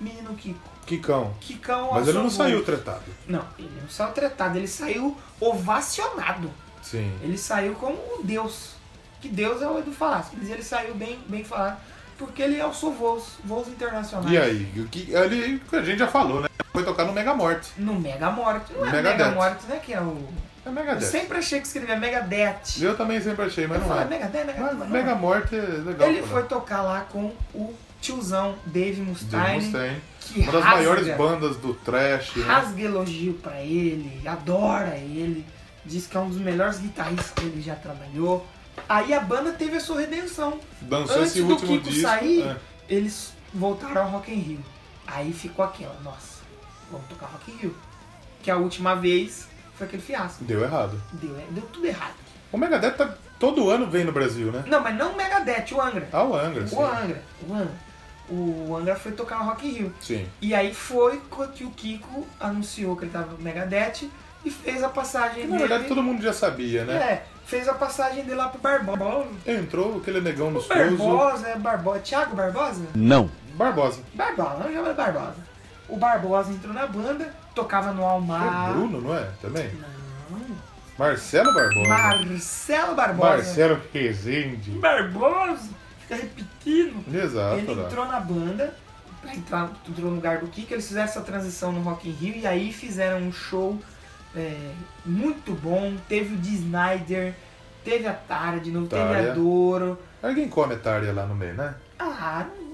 menino Kiko. Kikão. Kikão Mas ele não assombrou. saiu tretado. Não, ele não saiu tretado, ele saiu ovacionado. Sim. Ele saiu como um deus. que Deus é o Edu Falasco. Mas ele saiu bem, bem falado, porque ele alçou voos, voos internacionais. E aí? O que, ali, o que a gente já falou, né? Foi tocar no Mega Morte. No Mega Morte. Não é Megadeth. Mega Morte, né? Que é o. É Mega Eu sempre achei que escrevia Megadeth. Eu também sempre achei, mas Eu não é. falava Megadeth, Megadeth. Mas mas não é. Mega Morte é legal. Ele pô, né? foi tocar lá com o tiozão Dave Dave Mustaine. Mustaine. Que Uma das rasga, maiores bandas do trash, né? Rasga elogio pra ele, adora ele, diz que é um dos melhores guitarristas que ele já trabalhou. Aí a banda teve a sua redenção. Dançou Antes esse do último Kiko disco. sair, é. eles voltaram ao Rock in Rio. Aí ficou aquela, nossa, vamos tocar Rock in Rio. Que a última vez foi aquele fiasco. Deu errado. Deu, é, deu tudo errado. O Megadeth tá, todo ano vem no Brasil, né? Não, mas não o Megadeth, o Angra. Ah, o Angra, sim. O Angra, o Angra. O Angra foi tocar no Rock in Rio. Sim. E aí foi que o Kiko anunciou que ele tava no Megadeth e fez a passagem Na dele. verdade, todo mundo já sabia, né? É, fez a passagem dele lá pro Barbosa. Entrou aquele negão O musculoso. É. Barbosa, é Barbosa. Thiago Barbosa? Não. Barbosa. Barbosa, não chama ele Barbosa. O Barbosa entrou na banda, tocava no É Almar. Bruno, não é? Também? Marcelo Barbosa. Marcelo Barbosa. Marcelo Rezende. Barbosa, fica repetindo. Exato. né? ele lá. entrou na banda, pra entrar, entrou no lugar do Kiko, eles fizeram essa transição no Rock in Rio e aí fizeram um show é, muito bom. Teve o D. Snyder, teve a Tara de novo, teve Tária. a Doro. Alguém come a tária lá no meio, né? Ah, não-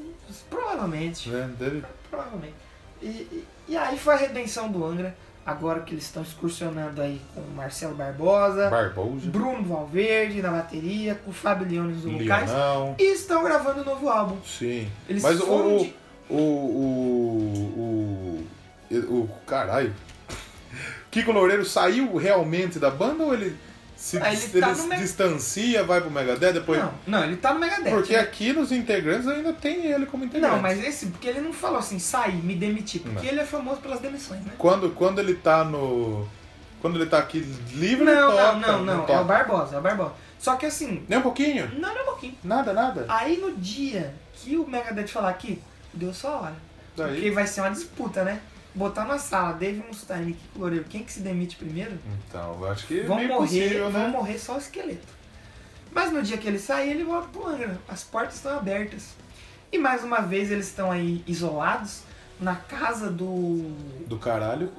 provavelmente, Né? Deve... provavelmente. E, e- e aí foi a redenção do Angra, agora que eles estão excursionando aí com o Marcelo Barbosa, Barbosa. Bruno Valverde na bateria, com o Fábio Leones no vocais. Leonão. E estão gravando um novo álbum. Sim. Eles Mas o, foram o, de- o, o, o, o. Caralho. Kiko Loureiro saiu realmente da banda ou ele se Ah, ele dis- tá ele no se Meg- distancia, vai pro Megadeth, depois. Não, não, ele tá no Megadeth. Porque né? aqui nos integrantes ainda tem ele como integrante. Não, mas esse, porque ele não falou assim, saí, me demiti, porque Não. ele é famoso pelas demissões, né? Quando, quando ele tá no. Quando ele tá aqui livre, ele Não, toca, não, não, não, é toca. o Barbosa, é o Barbosa. Só que assim, Nem um pouquinho? não, não é um pouquinho. Nada, nada. Aí no dia que o Megadeth falar aqui, deu só hora. Daí- Porque vai ser uma disputa, né? Botar na sala, Dave Mustaine e Kiko Loureiro, quem que se demite primeiro? Então, eu acho que é Vão meio morrer, possível, vão né? morrer só o esqueleto. Mas no dia que ele sair, ele volta pro Angra. As portas estão abertas. E mais uma vez eles estão aí isolados na casa do Do caralho.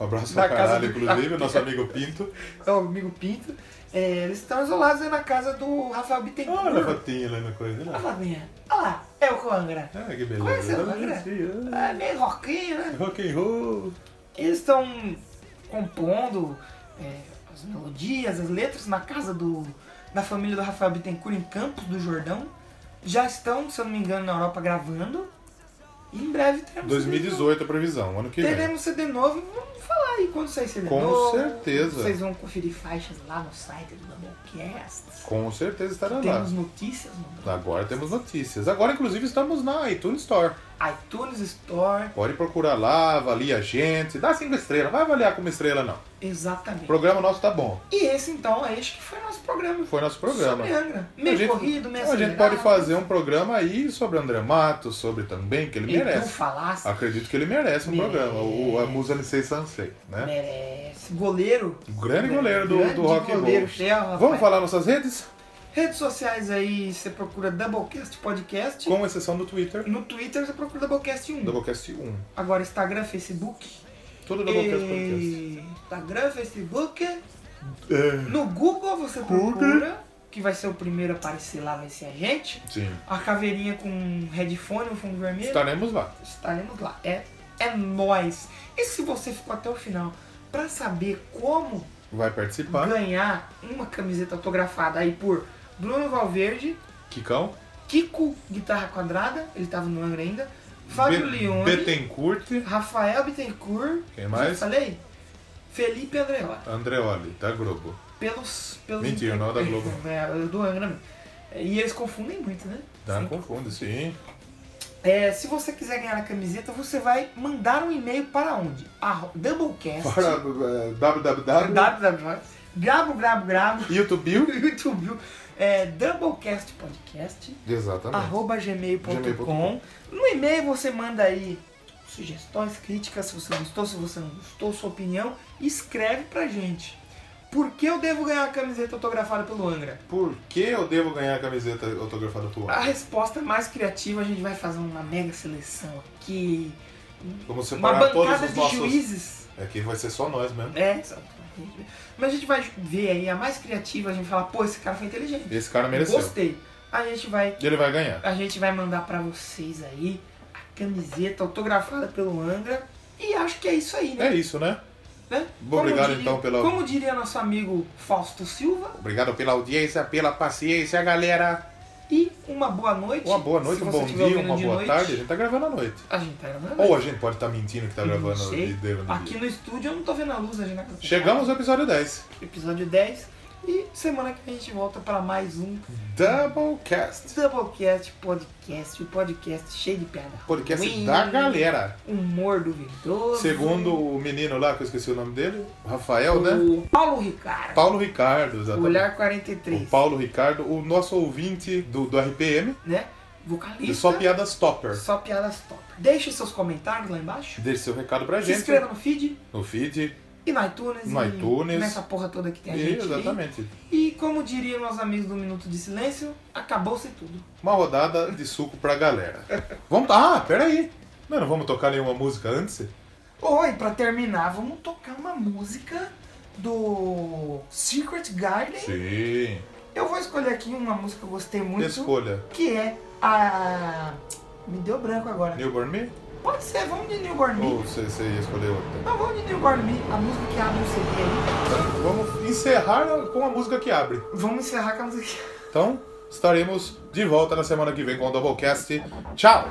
Um abraço Da pra casa caralho, do- inclusive, nosso amigo Pinto. é o amigo Pinto, é, eles estão isolados aí na casa do Rafael Bittencourt. Olha a fotinha lá na coisa. Olha Né? lá, minha. Olha lá, é o Angra. Ah, que beleza. Conhece né? o Olha Angra? assim, É meio rockinho, né? ah, Rock and roll. Eles estão compondo é, as melodias, as letras na casa do, da família do Rafael Bittencourt em Campos do Jordão. Já estão, se eu não me engano, na Europa gravando. E em breve teremos CD novo. 2018 a previsão, ano que vem. Teremos CD novo e vamos falar aí quando sair CD né? Com novo. certeza. Vocês vão conferir faixas lá no site do Doublecast. Com certeza estará Temos lá. notícias no Agora temos notícias. Agora, inclusive, estamos na iTunes Store. iTunes Store. Pode procurar lá, avalia a gente. Dá cinco estrelas. Vai avaliar como estrela, não. O Exatamente. programa nosso tá bom. E esse então, acho que foi nosso programa. Foi nosso programa. Sobre Angra. a Meio gente, corrido, assim, ah, meio a gente pode fazer um programa aí sobre André Matos, sobre também, que ele Merece. merece. Falasse, Acredito que ele merece um Merece. programa, o, a Musa Nisei Sansei, né? merece. Goleiro. O grande goleiro do, Grande do rock and goleiro, roll. fiel, rapaz. Vamos falar nossas redes? Redes sociais aí, você procura Doublecast Podcast. Com exceção do Twitter, No Twitter você procura Doublecast 1. Doublecast 1. Agora Instagram, Facebook. Tudo Doublecast Podcast. E... Instagram, Facebook. É, No Google você procura, que vai ser o primeiro a aparecer lá, vai ser a gente. Sim. A caveirinha com headphone, o fundo vermelho. Estaremos lá. estaremos lá. É, é nós. E se você ficou até o final para saber como Vai participar. ganhar uma camiseta autografada aí por Bruno Valverde, Kikão. Kiko Guitarra Quadrada, ele tava no Angra ainda, Fábio Be- Leone, Bettencourt. Rafael Bittencourt, Quem mais? já falei? Felipe Andreola, Andreoli, da Globo. pelos... pelos Mentira, não é da Globo. É, do Angra mesmo. É, E eles confundem muito, né? Tá, Sempre confunde, sim. É, se você quiser ganhar a camiseta, você vai mandar um e-mail para onde? Arro- Doublecast. Para eh, www. www. Grabo, grabo, grabo. YouTube. YouTube. É, Doublecast Podcast. Exatamente. Arroba gmail.com. gmail.com. No e-mail você manda aí sugestões, críticas, se você gostou, se você não gostou, sua opinião. Escreve pra gente. Por que eu devo ganhar a camiseta autografada pelo Angra? Por que eu devo ganhar a camiseta autografada do A Angra? resposta mais criativa, a gente vai fazer uma mega seleção aqui. Vamos Uma separar todos bancada os de nossos. juízes. Aqui vai ser só nós mesmo. É, só- mas a gente vai ver aí a mais criativa, a gente fala, pô, esse cara foi inteligente. Esse cara mereceu. Gostei. A gente vai Ele vai ganhar. a gente vai mandar pra vocês aí a camiseta autografada pelo Angra e acho que é isso aí, né? É isso, né? Né? Bom, obrigado, diria, então, pela- Como diria nosso amigo Fausto Silva Obrigado pela audiência, pela paciência, galera. e uma boa noite. Uma boa noite, se um você bom estiver dia, ouvindo uma de boa noite. tarde. A gente tá gravando à noite. A gente tá gravando. Ou a gente pode estar mentindo que tá Não gravando sei. de deu no Aqui dia. no estúdio eu não tô vendo a luz, a gente não- Chegamos ao episódio 10. Episódio 10. E semana que vem a gente volta pra mais um Doublecast. Doublecast Podcast. O podcast cheio de piada. Podcast ruim, da galera. Humor duvidoso. Segundo o menino lá, que eu esqueci o nome dele. Rafael, né? o Paulo Ricardo. Paulo Ricardo, exatamente. Olhar 43. O Paulo Ricardo, o nosso ouvinte do, do RPM. né? E Vocalista. só piadas topper. Só piadas top. Deixe seus comentários lá embaixo. Deixe seu recado pra Se gente. inscreva no feed No feed. e no iTunes. No e iTunes. Nessa porra toda que tem a E, gente. aí. exatamente. E como diriam nossos amigos do Minuto de Silêncio, acabou-se tudo. Uma rodada de suco pra galera. Vamos. Ah, peraí. Não, não vamos tocar nenhuma música antes? Oi, pra terminar, vamos tocar uma música do Secret Garden. Sim. Eu vou escolher aqui uma música que eu gostei muito, Escolha. que é a. Me deu branco agora. Newborn Me? Pode ser, vamos de Newborn Me. Ou você, você ia escolher outra? Não, vamos de Newborn Me, a música que abre o CD aí. Vamos encerrar com a música que abre. Vamos encerrar com a música que Então, estaremos de volta na semana que vem com o Doublecast. Tchau!